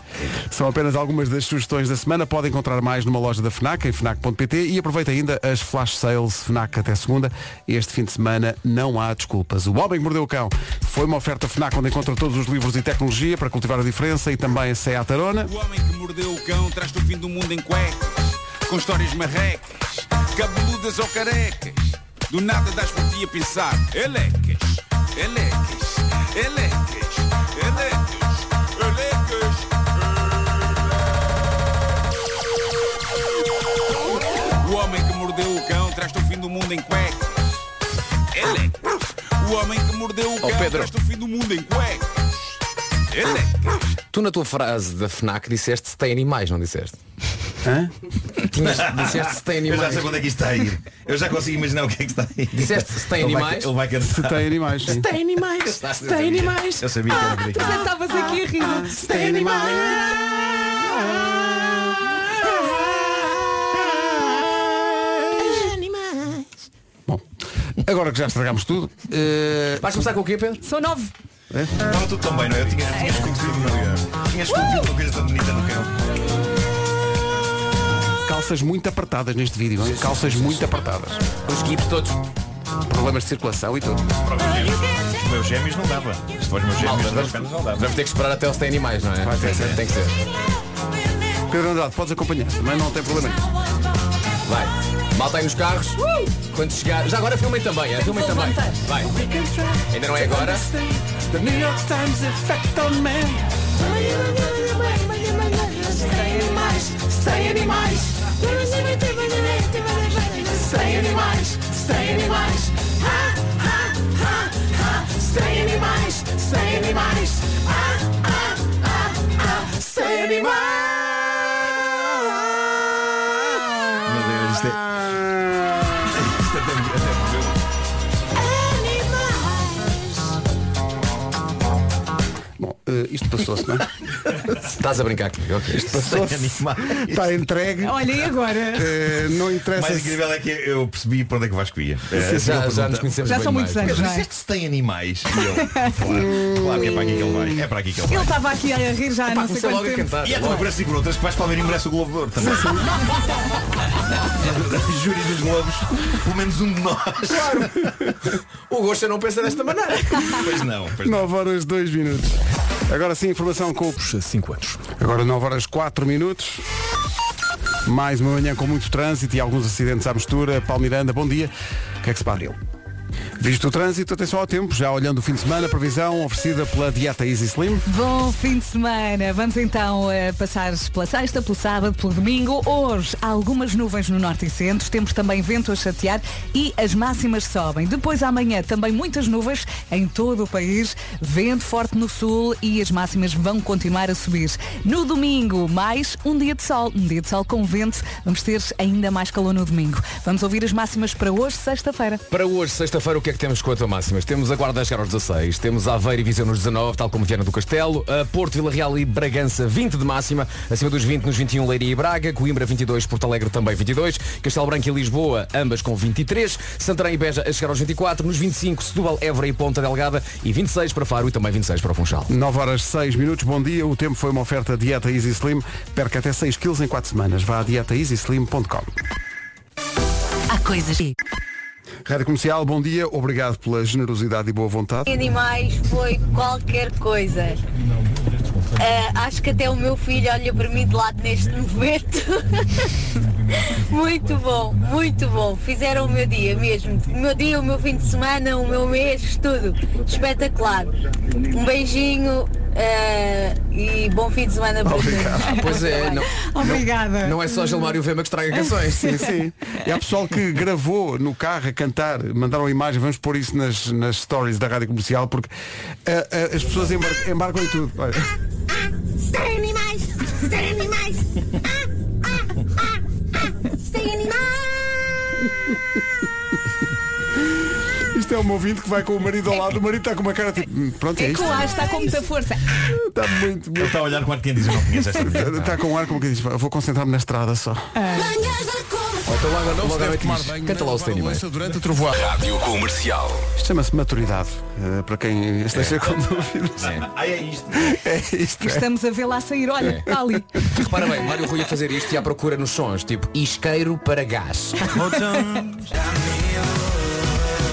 S2: São apenas algumas das sugestões da semana. Pode encontrar mais numa loja da FNAC, em FNAC.pt e aproveita ainda as flash sales FNAC até segunda. Este fim de semana não há desculpas. O Homem que Mordeu o Cão foi uma oferta FNAC onde encontra todos os livros e tecnologia para cultivar a diferença e também a Seat Arona.
S6: O homem que mordeu o cão traz-te o fim do mundo em cuecas, com histórias marrecas, cabeludas ou carecas. Do nada das por ti a pensar, elecas, elecas, elecas, elecas, elecas. O homem que mordeu o cão traz-te o fim do mundo em cuecas, elecas. O homem que mordeu o cão
S5: Pedro.
S6: traz-te é o fim do mundo em cuecas, elecas.
S5: Tu na tua frase da FNAC disseste se tem animais, não disseste?
S2: Hã?
S5: Tinhas, disseste se tem
S4: Eu já
S5: animais.
S4: sei quando é que isto está a ir. Eu já consigo imaginar o que é que está a ir.
S5: Disseste se tem
S4: Ele vai-
S5: animais?
S4: Ele vai cantar.
S2: Se tem animais. sim.
S5: Tem animais, se tem animais.
S4: Eu sabia
S5: Ah,
S4: que era por aqui.
S3: Mas é, estavas aqui a rir.
S5: se Tem animais.
S2: Bom, agora que já estragámos tudo, eh,
S5: Vais começar com o quê, Pedro?
S3: São nove.
S4: Estava tudo tão bem, não é? Eu tinha, tinha esculpido, não é? Tinha esculpido uma coisa tão bonita no cão.
S2: calças muito apertadas neste vídeo. hein? Calças muito apertadas.
S5: Os guipos todos.
S2: Problemas de circulação e tudo.
S9: é
S4: Os meus gêmeos não dava. Se for os meus gêmeos, as pernas não dava.
S5: Vamos ter que esperar até se tem animais, não é? Vai, tem, que ser, tem que ser.
S2: Pedro Andrade, podes acompanhar. Também não tem problema. nenhum.
S5: Vai. Malta aí nos carros. Quando chegar. Já agora filmem também, é? Filmem também. Vai. Ainda não é agora?
S2: The New York Times effect on man.
S4: Meu Deus, isto é. Isto até me- até me doeu.
S2: Bom, eh, isto passou-se, não é?
S5: Estás a brincar comigo, ok.
S2: Passou-se.
S4: animais.
S2: Está entregue.
S3: Olha, e agora?
S2: Eh, não
S4: O
S2: interessa.
S4: mais
S2: se-
S4: incrível é que eu percebi para onde é que o Vasco ia.
S5: Já,
S4: Eh,
S5: já nos conhecemos
S3: Já
S5: bem
S3: são
S5: demais.
S3: muitos anos,
S4: Pedro,
S3: não é?
S4: disseste se tem animais. E eu, claro, claro que é para aqui que ele vai. É para aqui que ele
S3: Ele
S4: vai.
S3: estava aqui a rir já há não sei
S5: Comecei
S3: quanto
S5: logo a
S3: tempo.
S5: cantar.
S4: E é também por essas e por outras que vais para o e merece o Globo de Ouro também. Júri dos Globos, pelo menos um de nós.
S5: O Gosta não pensa desta maneira.
S4: Pois não, pois não.
S2: 9 horas 2 minutos. Agora sim, informação com o
S10: 5 anos.
S2: Agora 9 horas 4 minutos. Mais uma manhã com muito trânsito e alguns acidentes à mistura. Paulo Miranda, bom dia. O que é que se passa? Visto o trânsito, atenção ao tempo, já olhando o fim de semana, previsão oferecida pela dieta Easy Slim.
S3: Bom fim de semana. Vamos então eh, passar pela sexta, pelo sábado, pelo domingo. Hoje há algumas nuvens no norte e centro. Temos também vento a chatear e as máximas sobem. Depois amanhã também muitas nuvens em todo o país. Vento forte no sul e as máximas vão continuar a subir. No domingo, mais um dia de sol. Um dia de sol com vento. Vamos ter ainda mais calor no domingo. Vamos ouvir as máximas para hoje, sexta-feira.
S5: Para hoje, sexta-feira, o que é que temos quanto a máximas? Temos a Guarda a chegar aos 16, temos Aveiro e Viseu nos 19, tal como Viana do Castelo, a Porto, Vila Real e Bragança 20 de máxima, acima dos 20 nos 21 Leiria e Braga, Coimbra 22, Porto Alegre também 22, Castelo Branco e Lisboa ambas com 23, Santarém e Beja a chegar aos 24, nos 25 Setúbal, Évora e Ponta Delgada e 26 para Faro e também 26 para Funchal.
S2: 9 horas 6 minutos, bom dia. O tempo foi uma oferta dieta Easy Slim. Perca até 6 quilos em 4 semanas. Vá a dietaeasyslim.com.
S1: Há coisas que
S2: Rádio Comercial, bom dia. Obrigado pela generosidade e boa vontade.
S11: animais foi qualquer coisa. Ah, acho que até o meu filho olha para mim de lado neste momento. muito bom, muito bom. Fizeram o meu dia mesmo. O meu dia, o meu fim de semana, o meu mês, tudo. Espetacular. Um beijinho ah, e bom fim de semana para todos.
S5: Pois é, não,
S3: Obrigada.
S5: não é só Gilmário Vema que estraga canções.
S2: Sim, sim. E há pessoal que gravou no carro a cantar, mandaram a imagem, vamos pôr isso nas, nas stories da Rádio Comercial, porque ah, ah, as pessoas embar- embarcam em tudo. Olha.
S8: Sem animais, sem animais. Ah, ah, ah, ah, sem
S2: Isto é um ouvinte que vai com o marido ao lado, o marido está com uma cara tipo, "Hum, pronto, é
S3: É que
S2: isto.
S3: o ar está com muita força.
S5: É.
S2: Está muito,
S4: Ele está a olhar com ar de quem diz eu não conheço esta
S2: muito. Está com um ar como que diz, "Pá, vou concentrar-me na estrada só.
S5: Então logo, logo à noite
S2: tomar
S5: diz,
S2: banho,
S5: Canta lá
S2: nem
S5: o
S2: lavar
S5: seu
S2: a
S5: animais.
S2: louça durante a trovoada.
S6: Rádio Comercial.
S2: Isto chama-se maturidade, eh, para quem esteja com dúvidas.
S4: Ah, é isto.
S2: É isto. é.
S3: Estamos a vê-la a sair.
S5: É.
S3: Olha, está ali.
S5: Repara bem, Mário Rui a fazer isto e à procura nos sons, tipo isqueiro para gás.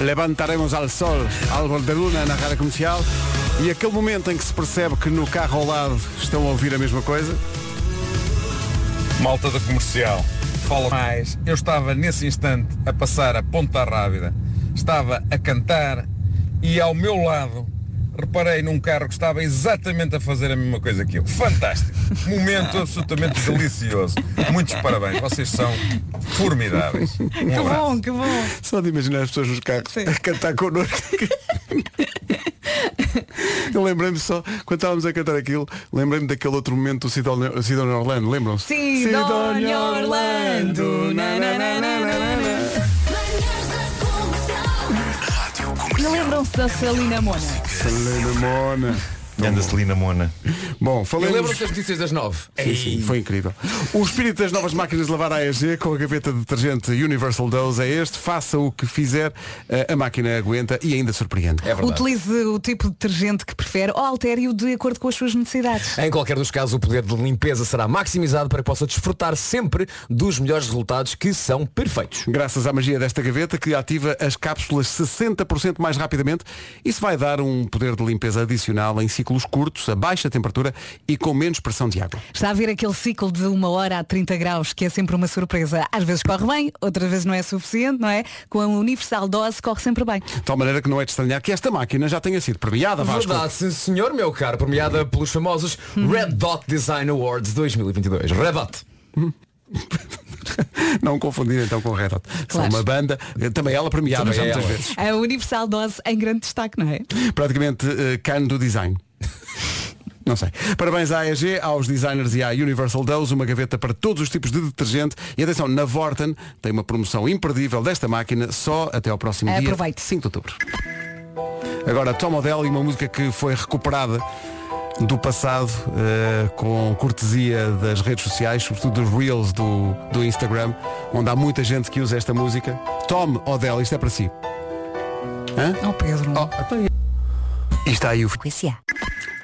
S2: Levantaremos ao sol, álbum de luna na rádio comercial. E aquele momento em que se percebe que no carro ao lado estão a ouvir a mesma coisa.
S6: Malta da comercial, fala mais. Eu estava nesse instante a passar a Ponta Rábida, estava a cantar e ao meu lado reparei num carro que estava exatamente a fazer a mesma coisa que eu. Fantástico! Momento absolutamente delicioso. Muitos parabéns, vocês são formidáveis. Um
S3: Que
S6: abraço.
S3: bom, que bom.
S2: Só de imaginar as pessoas nos carros
S3: Sim.
S2: a cantar connosco. Eu lembrei-me só, quando estávamos a cantar aquilo, lembrei-me daquele outro momento do Sidónio Sidónio Orlando, lembram-se?
S3: Sidónio Orlando, na, na, na, na, na, na. Não lembram-se da Celina Mona?
S2: Selena Mona.
S4: Anda Celina Mona.
S2: Bom,
S5: Eu
S2: falei
S5: lembro-me das notícias das nove.
S2: Sim, sim, foi incrível. O espírito das novas máquinas de lavar AEG com a gaveta de detergente Universal Dose é este. Faça o que fizer, a- a máquina aguenta e ainda surpreende.
S5: É verdade.
S3: Utilize o tipo de detergente que prefere ou altere-o de acordo com as suas necessidades.
S5: Em qualquer dos casos, o poder de limpeza será maximizado para que possa desfrutar sempre dos melhores resultados que são perfeitos.
S2: Graças à magia desta gaveta que ativa as cápsulas 60% mais rapidamente, isso vai dar um poder de limpeza adicional em ciclos curtos, a baixa temperatura e com menos pressão de água.
S3: Está a ver aquele ciclo de uma hora a 30 graus, que é sempre uma surpresa. Às vezes corre bem, outras vezes não é suficiente, não é? Com a universal dose corre sempre bem.
S2: De tal maneira que não é de estranhar que esta máquina já tenha sido premiada, Tá Vasco.
S5: Verdade, sim senhor, meu caro, premiada pelos famosos Red Dot Design Awards 2022. Red Dot.
S2: Não confundir então com o Red Hot. São
S3: Claro.
S2: uma banda, eh, também ela premiada
S5: Também
S2: já muitas
S5: ela.
S2: vezes.
S3: A universal dose em grande destaque, não é?
S2: praticamente eh, cano do design. Não sei. Parabéns à AEG, aos designers e à Universal Dose, uma gaveta para todos os tipos de detergente. E atenção, na Vorten tem uma promoção imperdível desta máquina só até ao próximo
S3: Aproveite.
S2: dia 5 de outubro. Agora Tom Odell e uma música que foi recuperada do passado eh, com cortesia das redes sociais, sobretudo dos Reels do, do Instagram, onde há muita gente que usa esta música. Tom Odell, isto é para si. Hã?
S3: Oh Pedro.
S2: Oh, então e- e está aí o
S1: frequência.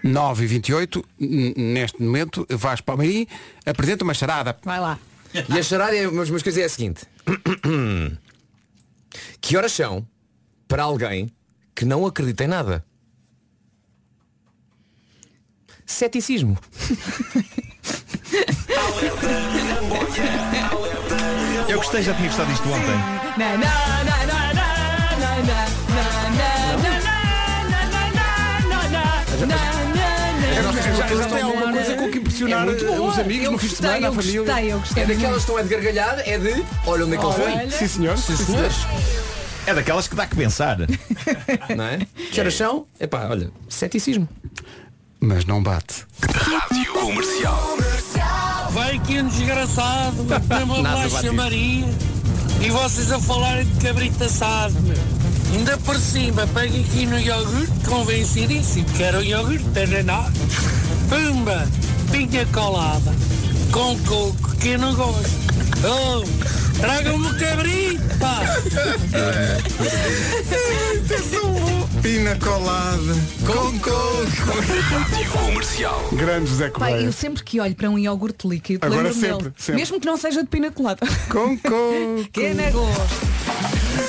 S2: 9 e 28 n- neste momento vais para o Marim apresenta uma charada um
S3: Vai lá.
S5: E a charada, é- mas, mas coisa é a seguinte. Que horas são para alguém que não acredita em nada? Ceticismo.
S4: Eu gostei, já tinha gostado disto ontem.
S3: Na, na, na, na, na.
S2: É, Já tem alguma coisa com que impressionar os amigos no fim de semana, a família.
S5: É daquelas que não é de gargalhada, é de. Olha onde é que ele foi.
S2: Sim, senhor.
S5: Sim, senhores.
S4: É daquelas que dá que pensar.
S5: Não é? Que horas são? Epá, olha, ceticismo.
S2: Mas não bate.
S12: Rádio Comercial. Vai que é um desgraçado, tem uma
S2: Nada
S12: baixa
S2: batido.
S12: Maria e vocês a falarem de cabrito assado, meu. Ainda por cima, pega aqui no iogurte, convencidíssimo que era o iogurte, era nada. Pumba, pinha colada, com coco, que eu não gosto. Oh, tragam-me o cabrito, pá!
S2: Pina colada. Com coco.
S12: Comercial.
S2: Grande José
S3: Pá, eu
S2: Correia.
S3: sempre que olho para um iogurte líquido,
S2: é? Agora
S3: lembro-me
S2: sempre,
S3: dele.
S2: sempre.
S3: Mesmo que não seja de pina colada.
S2: Com coco.
S3: que negócio.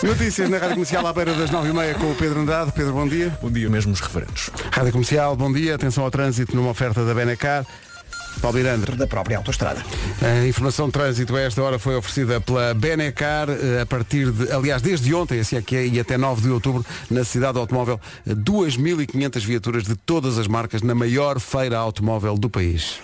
S2: Notícias na Rádio Comercial à beira das 9h30 com o Pedro Andrade. Pedro, bom dia.
S10: Bom dia mesmo os referentes.
S2: Rádio Comercial, bom dia. Atenção ao trânsito numa oferta da Benacar. Paulo Miranda.
S7: Da própria autostrada.
S2: A informação de trânsito a esta hora foi oferecida pela Benecar eh, a partir de, aliás, desde ontem, assim é que é, e até 9 de outubro, na cidade do automóvel, eh, 2.500 viaturas de todas as marcas na maior feira automóvel do país.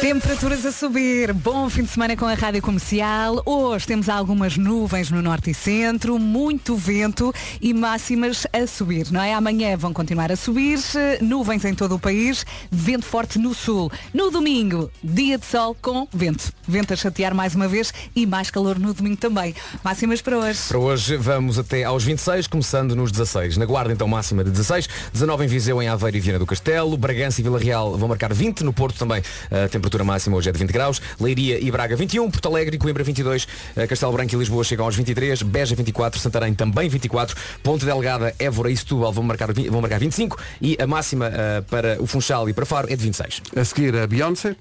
S3: Temperaturas a subir. Bom fim de semana com a Rádio Comercial. Hoje temos algumas nuvens no norte e centro, muito vento e máximas a subir, não é? Amanhã vão continuar a subir, eh, nuvens em todo o país, vento forte no sul. No domingo, dia de sol com vento. Vento a chatear mais uma vez e mais calor no domingo também. Máximas para hoje.
S5: Para hoje vamos até aos 26, começando nos 16. Na Guarda, então, máxima de 16. 19 em Viseu, em Aveiro e Viana do Castelo. Bragança e Vila Real vão marcar 20. No Porto também a temperatura máxima hoje é de 20 graus. Leiria e Braga 21. Porto Alegre e Coimbra 22. eh, Castelo Branco e Lisboa chegam aos 23. Beja 24. Santarém também 24. Ponte Delgada, Évora e Setúbal vão marcar, vi- vão marcar 25. E a máxima eh, para o Funchal e para Faro é de 26.
S2: A seguir, a Beyoncé.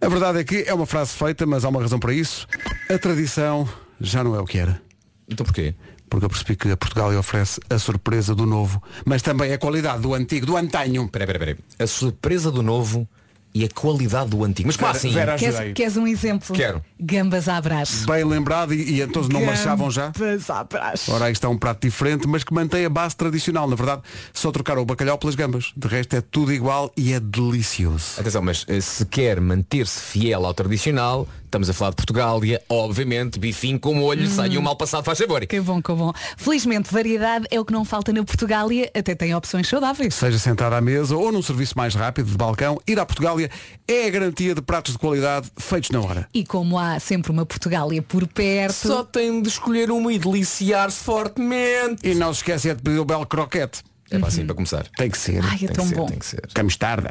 S2: A verdade é que é uma frase feita, mas há uma razão para isso. A tradição já não é o que era.
S5: Então porquê?
S2: Porque eu percebi que a Portugal lhe oferece a surpresa do novo, mas também a qualidade do antigo, do antanho.
S5: Peraí, peraí, peraí. A surpresa do novo e a qualidade do antigo. Mas como
S2: Vera-
S5: assim?
S2: Vera,
S3: Queres, queres um exemplo?
S2: Quero.
S3: Gambas à brás.
S2: Bem lembrado e, e então não marchavam já?
S3: Gambas à brás.
S2: Ora, aí está um prato diferente, mas que mantém a base tradicional. Na verdade, só trocaram o bacalhau pelas gambas. De resto é tudo igual e é delicioso.
S5: Atenção, mas eh, se quer manter-se fiel ao tradicional, estamos a falar de Portugal e, é, obviamente, bifinho com molho,
S3: Hum.
S5: sai um mal passado, faz sabor.
S3: Que bom, que bom. Felizmente, variedade é o que não falta na Portugália, até tem opções saudáveis.
S2: Seja sentado à mesa ou num serviço mais rápido de balcão, ir à Portugália é a garantia de pratos de qualidade feitos na hora.
S3: E como há sempre uma Portugália por perto.
S5: Só tem de escolher uma e deliciar-se fortemente.
S2: E não se esquece é de pedir o belo croquete.
S5: É para assim, para começar.
S2: Tem que ser.
S5: Ai, é
S2: tem
S5: tão
S2: Uhum. que ser,
S5: bom.
S2: Tem que ser. Estamos tarde.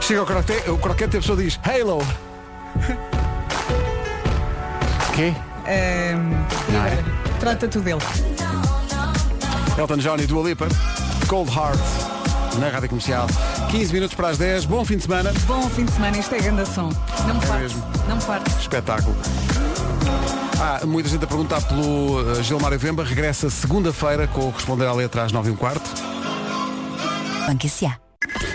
S2: Chega o croquete, o croquete e a pessoa diz Halo. Quê? Não é?
S3: hum, Trata tu dele.
S2: Elton John e Dua Lipa. Cold Heart. Na rádio comercial. 15 minutos para as 10. Bom fim de semana.
S3: Bom fim de semana, isto é grande som. Não me farto.
S2: É mesmo.
S3: Não me farto.
S2: Espetáculo. Há muita gente a perguntar pelo eh, Gilmário Vemba. Regressa segunda-feira com o Responder à Letra às 9 e um quarto.
S1: Banco S.A.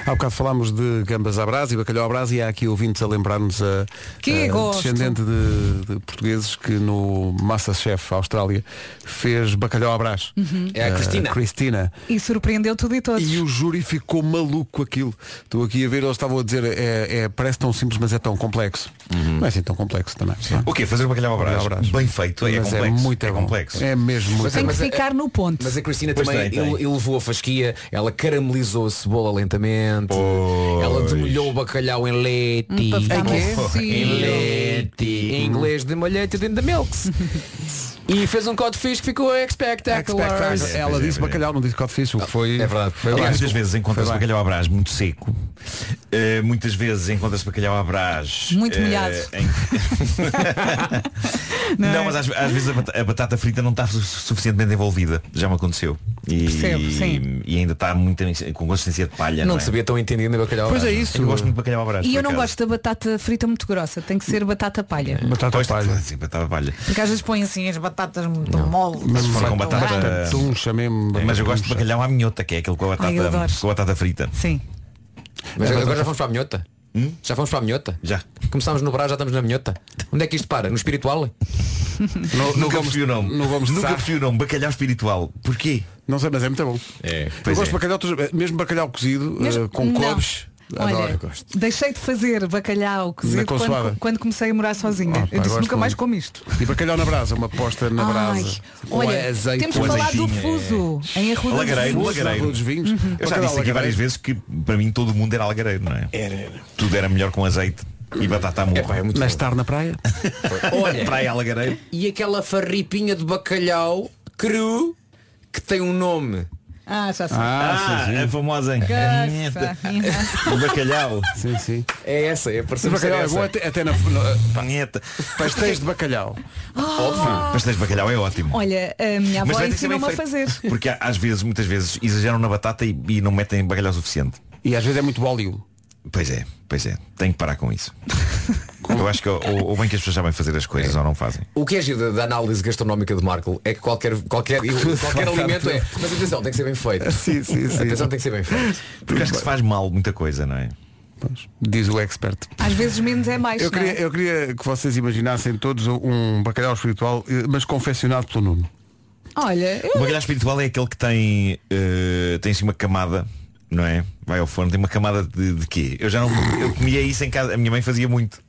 S2: Há bocado falámos de gambas à brás e bacalhau à brás e há aqui ouvintes a lembrar-nos a,
S3: Que
S2: a
S3: gosto.
S2: descendente de, de portugueses que no Masterchef Austrália fez bacalhau à brás.
S3: Uhum. É a
S2: Eh,
S3: Cristina.
S2: Cristina.
S3: E surpreendeu tudo e todos.
S2: E o júri ficou maluco com aquilo. Estou aqui a ver, eles estavam a dizer, é, é- parece tão simples, mas é tão complexo. Não é assim tão complexo também.
S4: O quê? Fazer o bacalhau à brás? Bem feito, é
S2: Mas
S4: complexo.
S2: É muito
S4: é
S2: bom.
S4: complexo.
S2: É mesmo muito
S3: Tem
S2: bom.
S3: que ficar no ponto.
S5: Mas a Cristina
S2: Pois
S5: também
S2: tem, tem.
S5: ele- elevou a fasquia, ela caramelizou a cebola lentamente, ela demolhou o bacalhau em leite.
S3: Hum, para ficar
S4: é
S3: Em mais quê? macio.
S5: em leite. Em inglês, demolhete dentro da milks. e fez um codfish que ficou expectacular.
S2: Espectáculo. é Ela disse bacalhau, não disse codfish, o que foi. É verdade. Foi
S4: Aliás,
S2: básico.
S4: muitas vezes encontra-se
S2: Foi bem.
S4: bacalhau à brás muito seco. Eh, muitas vezes encontra-se bacalhau à brás
S3: Muito
S4: eh,
S3: molhado.
S4: em- não, mas às, às vezes a bata- a batata frita não está su- suficientemente envolvida. Já me aconteceu. E,
S5: Percebo, sim.
S4: e ainda está muito em- com consistência de palha.
S5: Não
S4: Não,
S5: te sabia tão entendido em bacalhau à
S4: Pois
S5: brás.
S4: é isso. Eu gosto muito de bacalhau à brás.
S3: E eu não gosto da batata frita muito grossa, tem que ser batata palha.
S2: Batata
S4: palha. Sim, batata palha.
S3: Porque às vezes põem assim as batatas muito moles.
S4: Mas se for com
S3: muito
S4: batata
S3: grandes.
S2: tuncha mesmo.
S4: É, Mas eu gosto de bacalhau à minhota, que é aquele com a
S3: Ai, eu
S4: batata,
S3: adoro.
S4: com a batata frita.
S3: Sim.
S5: Mas
S4: É, mas
S5: agora
S4: não-
S5: já fomos para a minhota? Já fomos para a minhota?
S4: Já.
S5: Começámos no Brás, já estamos na minhota. Onde é que isto para? No espiritual?
S4: nunca percebi o nome. nunca percebi o nome. Bacalhau espiritual. Porquê?
S2: Não sei, mas é muito bom.
S4: É.
S2: Eu
S4: pois
S2: gosto de
S4: é.
S2: bacalhau, mesmo bacalhau cozido,
S3: Mesmo-
S2: eh, com
S3: Não.
S2: clobes.
S3: Olha,
S2: Adoro, gosto.
S3: deixei de fazer bacalhau
S2: Na
S3: cozido
S2: consoada.
S3: quando, quando comecei a morar sozinha.
S2: Ah, pá,
S3: eu disse
S2: gosto
S3: nunca mais
S2: muito.
S3: como isto.
S2: E bacalhau na brasa, uma aposta na
S3: Ai,
S2: brasa. Com
S3: olha,
S2: azeite,
S3: temos
S2: com
S3: que falar do
S2: azeitinho.
S3: fuso em Arruda do
S4: Alagareiro,
S3: Fuso.
S4: alagareiro.
S2: Arruda dos vinhos.
S4: Eu Uhum. já
S2: Bacalhau
S4: disse aqui
S2: alagareiro.
S4: várias vezes que para mim todo mundo era algareiro, não é? Era, é Tudo era melhor com azeite e batata à murra.
S2: Mas estar na praia?
S5: Olha.
S4: praia algareiro.
S5: E aquela farripinha de bacalhau cru que tem um nome.
S3: Ah, já sei.
S4: Ah, a famosa.
S3: Caça.
S4: O bacalhau.
S2: Sim, sim.
S5: É essa, é
S2: O
S5: parecendo
S2: bacalhau é bom até, até na. na- pá,
S4: Neta.
S2: Pastéis de bacalhau.
S3: Ah,
S4: Pastéis de bacalhau é ótimo.
S3: olha, a minha
S4: Mas
S3: avó
S2: é
S4: vai ter que ser bem
S3: ensinou-me
S2: assim
S3: a fazer.
S4: Porque há- às vezes, muitas vezes, exageram na batata e, e não metem bacalhau suficiente.
S2: E às vezes é muito óleo.
S4: Pois é, pois é. Tenho que parar com isso. Eu acho que ou, ou bem que as pessoas sabem fazer as coisas ou não fazem.
S5: O que é giro da, da análise gastronómica de Marco é que qualquer, qualquer, qualquer alimento é. Mas atenção, tem que ser bem feito.
S2: Sim, sim, sim.
S5: Atenção, tem que ser bem feito.
S4: Porque acho que se faz mal muita coisa, não é?
S2: Diz o expert.
S3: Às vezes menos é mais.
S2: Eu
S3: não é?
S2: queria, eu queria que vocês imaginassem todos um bacalhau espiritual, eh, mas confeccionado pelo Nuno.
S3: Olha,
S4: O
S3: eu-
S4: bacalhau espiritual é aquele que tem eh, tem assim uma camada, não é? Vai ao forno, tem uma camada de, de quê? Eu já não eu comia isso em casa, a minha mãe fazia muito.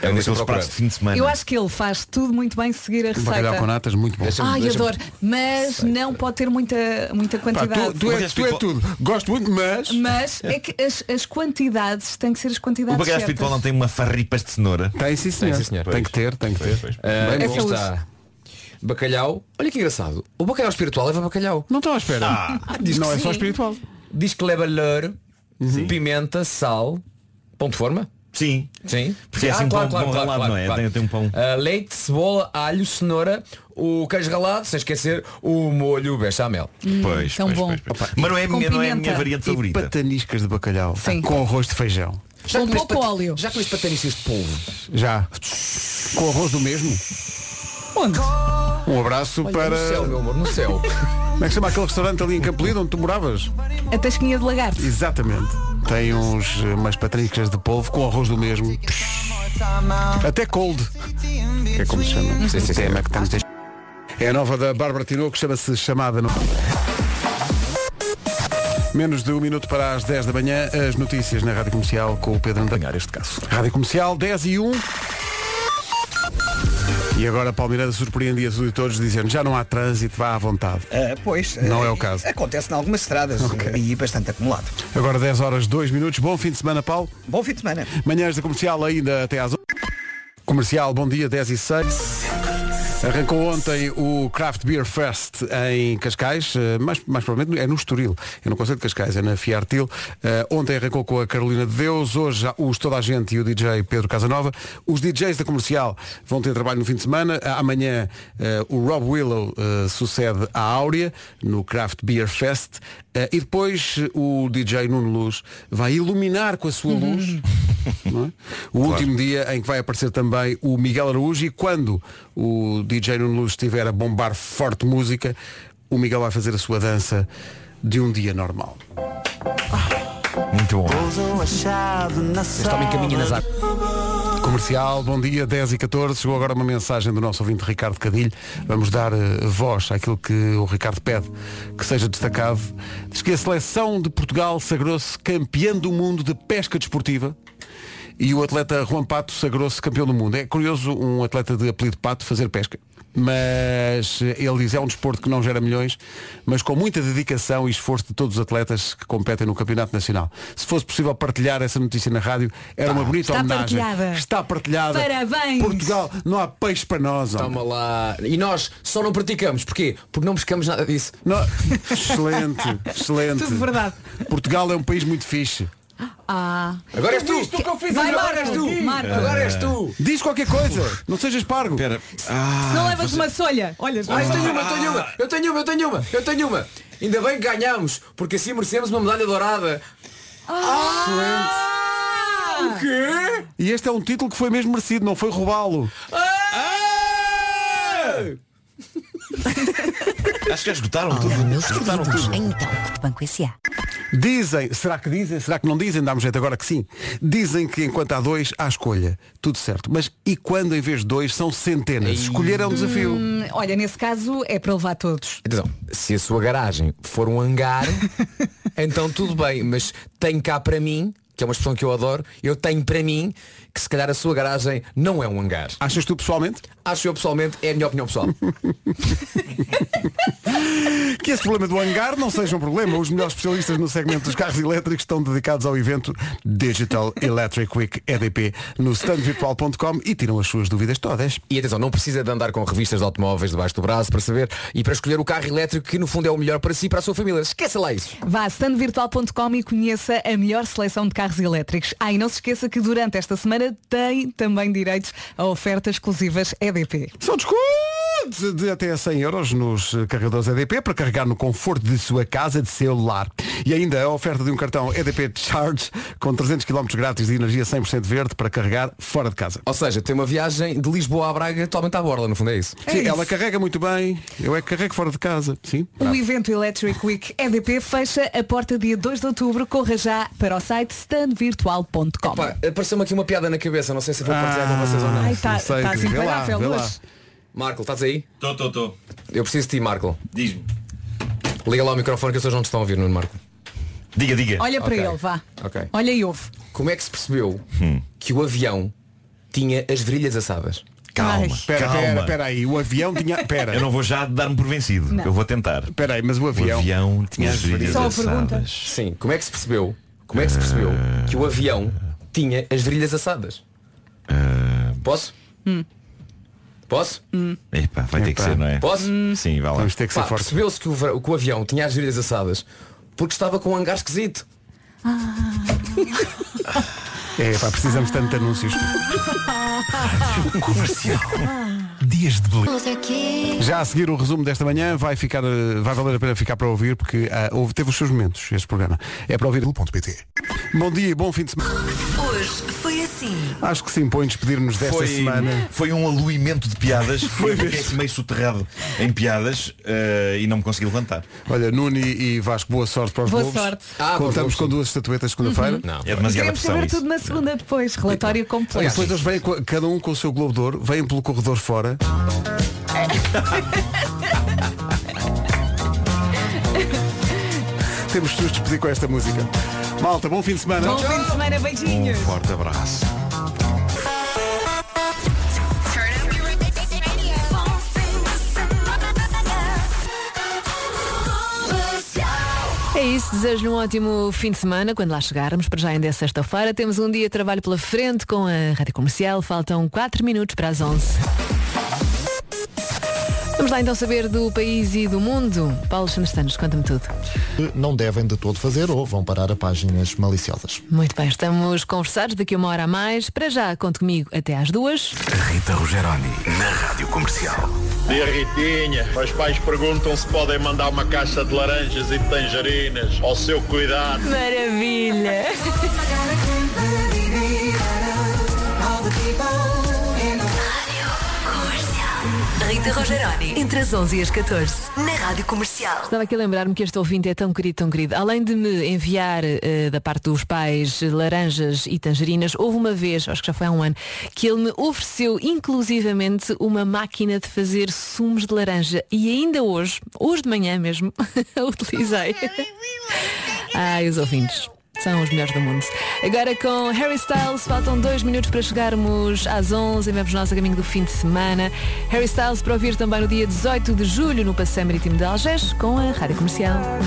S4: Era um
S5: deixa-me
S4: daqueles pratos de fim de semana.
S3: eu acho que ele faz tudo muito bem seguir a
S2: Um Bacalhau com
S3: receita.
S2: natas, muito bom.
S5: Deixa-me-
S3: Ai,
S5: deixa-me-
S3: adoro. Mas não pode ter muita, muita
S2: Pá,
S3: quantidade.
S2: tu, tu, é, tu é tudo. Gosto muito, mas.
S3: Mas é que as, as quantidades têm que ser as
S4: O
S3: quantidades
S2: é
S4: bacalhau
S3: certas.
S4: espiritual não tem uma farripa de cenoura.
S2: Tem sim, senhor.
S5: Tem, sim, senhor.
S2: Tem que ter, tem que ter.
S5: Ah,
S2: Bem
S5: aqui
S2: bom.
S3: saúde.
S5: está. Bacalhau. Olha que engraçado. O bacalhau espiritual leva bacalhau.
S2: Não estou à espera.
S5: Ah, diz
S2: não
S5: que
S2: é só
S5: sim.
S2: espiritual.
S5: Diz que leva louro, Uhum. pimenta, sal, pão de forma.
S4: Sim.
S5: Sim.
S4: Porque é assim um pão- pão ralado, não é? Tem- tem um pão.
S5: Ah, leite, cebola, alho, cenoura, o queijo ralado, sem esquecer o molho bechamel.
S4: Pois,
S3: Hum, tão
S4: pois,
S3: bom.
S4: pois, pois. Mas não é, a minha, não é a minha
S3: pimenta.
S4: variante
S2: E
S4: favorita.
S2: pataniscas de bacalhau
S3: Sim.
S2: com arroz de feijão.
S5: Já
S3: Com
S5: comeste
S3: pouco
S5: pat-
S3: óleo.
S5: Já comeste patanistas de polvo.
S2: Já. Com arroz do mesmo.
S3: Onde?
S2: Um abraço
S5: Olha,
S2: para.
S5: No céu, meu amor, no céu.
S2: Como é que se chama aquele restaurante ali em Campolido onde tu moravas?
S3: A tasquinha de lagarto.
S2: Exatamente. Tem uns, eh, umas patrincas de polvo com arroz do mesmo. Até cold. Que é como se chama.
S5: Sim, sim, sim.
S2: É, mas que estamos a- É a nova da Bárbara Tinoco, chama-se Chamada no... Menos de um minuto para as 10 da manhã, as notícias na Rádio Comercial com o Pedro Andrade.
S10: Ganhar este caso.
S2: Rádio Comercial 10 e 1. E agora Palmeirada surpreendia os auditores dizendo já não há trânsito, vá à vontade.
S7: Ah, pois.
S2: Não
S7: ah,
S2: é o caso.
S7: Acontece em algumas estradas e bastante acumulado.
S2: Agora 10 horas 2 minutos, bom fim de semana Paulo.
S7: Bom fim de semana.
S2: Manhãs da Comercial ainda até às 8. Comercial, bom dia, 10 e 6. Arrancou ontem o Craft Beer Fest em Cascais, eh, mas mais provavelmente é no Estoril, é no Conselho de Cascais, é na Fiartil. Eh, ontem arrancou com a Carolina de Deus, hoje já os Toda a Gente e o DJ Pedro Casanova. Os DJs da Comercial vão ter trabalho no fim de semana. Ah, Amanhã eh, o Rob Willow eh, sucede à Áurea no Craft Beer Fest. Eh, e depois eh, o DJ Nuno Luz vai iluminar com a sua luz não é? O último dia em que vai aparecer também o Miguel Araújo e quando o DJ Nuno Luz estiver a bombar forte música, o Miguel vai fazer a sua dança de um dia normal.
S4: Muito bom.
S5: Este homem caminha nas águas.
S2: Comercial, bom dia, 10 e 14. Chegou agora uma mensagem do nosso ouvinte Ricardo Cadilho. Vamos dar eh, voz àquilo que o Ricardo pede que seja destacado. Diz que a seleção de Portugal sagrou-se campeã do mundo de pesca desportiva e o atleta Juan Pato sagrou-se campeão do mundo. É curioso um atleta de apelido Pato fazer pesca. Mas eh, ele diz é um desporto que não gera milhões, mas com muita dedicação e esforço de todos os atletas que competem no Campeonato Nacional. Se fosse possível partilhar essa notícia na rádio, era uma bonita
S3: Tá. Está
S2: homenagem.
S3: partilhada.
S2: Está partilhada.
S3: Parabéns.
S2: Portugal, não há peixe para nós. homem.
S5: Toma lá. E nós só não praticamos. Porquê? Porque não buscamos nada disso.
S2: Não- Excelente, excelente.
S3: Tudo verdade.
S2: Portugal é um país muito fixe.
S3: Ah.
S5: Agora és tu!
S3: que eu fiz Vai, agora Marco. és tu.
S4: É.
S3: Marco.
S5: Agora és tu!
S2: Diz qualquer coisa, não sejas pargo.
S4: Espera.
S3: Se não levas uma solha, olha,
S5: Ah, eu tenho uma, eu tenho uma, eu tenho uma, eu tenho uma, eu tenho uma. Ainda bem que ganhámos, porque assim merecemos uma medalha dourada.
S3: Ah!
S5: Quê?
S2: E este é um título que foi mesmo merecido, não foi roubá-lo.
S4: Acho que já esgotaram
S1: Olá,
S4: tudo.
S1: meus
S4: Esgotaram
S3: Ah,
S1: queridos.
S4: tudo.
S1: Então, Banco S.A.
S2: Dizem, será que dizem? Será que não dizem? Dá-me jeito agora que sim. Dizem que enquanto há dois, há escolha. Tudo certo. Mas e quando em vez de dois são centenas? Escolher é um desafio.
S3: Hum, olha, nesse caso é para levar todos.
S5: Atenção, se a sua garagem for um hangar, então tudo bem, mas tenho cá para mim, que é uma expressão que eu adoro, eu tenho para mim que se calhar a sua garagem não é um hangar.
S2: Achas tu pessoalmente?
S5: Acho eu pessoalmente, é a minha opinião pessoal.
S2: Que esse problema do hangar não seja um problema. Os melhores especialistas no segmento dos carros elétricos estão dedicados ao evento Digital Electric Week EDP no standvirtual.com e tiram as suas dúvidas todas.
S5: E atenção, não precisa de andar com revistas de automóveis debaixo do braço para saber e para escolher o carro elétrico que no fundo é o melhor para si e para a sua família. Esqueça lá isso.
S3: Vá a standvirtual.com e conheça a melhor seleção de carros elétricos. Ah, e não se esqueça que durante esta semana tem também direitos a ofertas exclusivas EDP.
S2: São descontos de até 100 euros nos eh, carregadores EDP para carregar no conforto de sua casa de celular. E ainda a oferta de um cartão EDP Charge com 300 km grátis de energia 100% verde para carregar fora de casa.
S5: Ou seja, tem uma viagem de Lisboa a Braga totalmente à borda, no fundo é isso.
S2: Sim, ela carrega muito bem, eu é que carrego fora de casa. Sim.
S3: O evento Electric Week EDP fecha a porta dia 2 de outubro. Corra já para o site standvirtual.com.
S5: Pá, apareceu-me aqui uma piada na cabeça, não sei se vou partilhar com vocês ou não.
S3: Ai, tá- Não sei, tá assim vê lá, parável, vê lá. mas-
S5: Marco, estás aí? Estou, estou, estou. Eu preciso de ti, Marco. Diz-me. Liga lá o microfone que as pessoas não te estão a ouvir, Nuno Marco. Diga, diga.
S3: Olha para ele, vá.
S5: Ok.
S3: Olha e ouve.
S5: Como é que se percebeu que o avião tinha as virilhas assadas?
S3: Calma, Ai.
S2: Espera,
S4: calma.
S2: espera, espera aí. O avião tinha. Espera.
S4: Eu não vou já dar-me por vencido.
S2: Não.
S4: Eu vou tentar. Espera
S2: aí, mas o avião-
S4: tinha as virilhas assadas.
S5: Sim, como é que se percebeu? Como é que se percebeu que o avião tinha as virilhas assadas? Posso?
S4: Hum.
S5: Posso?
S4: Epá, vai ter que
S5: Epá.
S4: ser, não é?
S5: Posso?
S4: Sim, vai lá.
S5: Pá, Percebeu-se que o, ver- que o avião tinha as virilhas assadas porque estava com um hangar esquisito.
S2: É, pá, precisamos tanto de anúncios. Comercial. Dias de Já a seguir o resumo desta manhã vai, ficar, eh, vai valer a pena ficar para ouvir porque ah, houve, teve os seus momentos este programa. É para ouvir. .pt. Bom dia e bom fim de semana.
S1: Hoje foi assim.
S2: Acho que se impõe despedir-nos desta
S4: foi,
S2: semana.
S4: foi um aluimento de piadas,
S2: Foi
S4: foi
S2: mesmo.
S4: meio soterrado em piadas eh, e não me consegui levantar.
S2: Olha, Nuno e e Vasco, boa sorte para os
S3: Boa
S2: Globos.
S3: sorte. Ah, para os
S2: Contamos com duas estatuetas segunda-feira.
S4: Uhum. Não. É
S3: Queremos saber tudo na segunda depois. Relatório completo.
S2: Olha, depois eles vêm, com a- cada um com o seu globo de ouro, vêm pelo corredor fora. Temos que nos despedir com esta música. Malta, bom fim de semana.
S3: Bom fim de semana,
S4: Um
S3: beijinhos.
S2: Forte abraço.
S13: É isso, desejo-lhe um ótimo fim de semana quando lá chegarmos, para já ainda é sexta-feira. Temos um dia de trabalho pela frente com a Rádio Comercial, faltam 4 minutos para as 11. Vamos lá então saber do país e do mundo. Paulo Santos Santos, conta-me tudo.
S14: que não devem de todo fazer ou vão parar a páginas maliciosas.
S13: Muito bem, estamos conversados daqui a uma hora a mais. Para já, conte comigo até às duas.
S15: Rita Rogeroni, na Rádio Comercial.
S16: Dia Ritinha, meus pais perguntam se podem mandar uma caixa de laranjas e de tangerinas ao seu cuidado.
S13: Maravilha!
S1: Rita Rogeroni, entre as 11 e as 14, na Rádio Comercial.
S13: Estava aqui a lembrar-me que este ouvinte é tão querido, tão querido. Além de me enviar eh, da parte dos pais eh, laranjas e tangerinas, houve uma vez, acho que já foi há um ano, que ele me ofereceu inclusivamente uma máquina de fazer sumos de laranja. E ainda hoje, hoje de manhã mesmo, a utilizei. Ai, os ouvintes. São os melhores do mundo. Agora com Harry Styles, faltam dois minutos para chegarmos às 11 e vamos nós a caminho do fim de semana. Harry Styles para ouvir também no dia 18 de julho no Passeio Marítimo de Algés com a Rádio Comercial.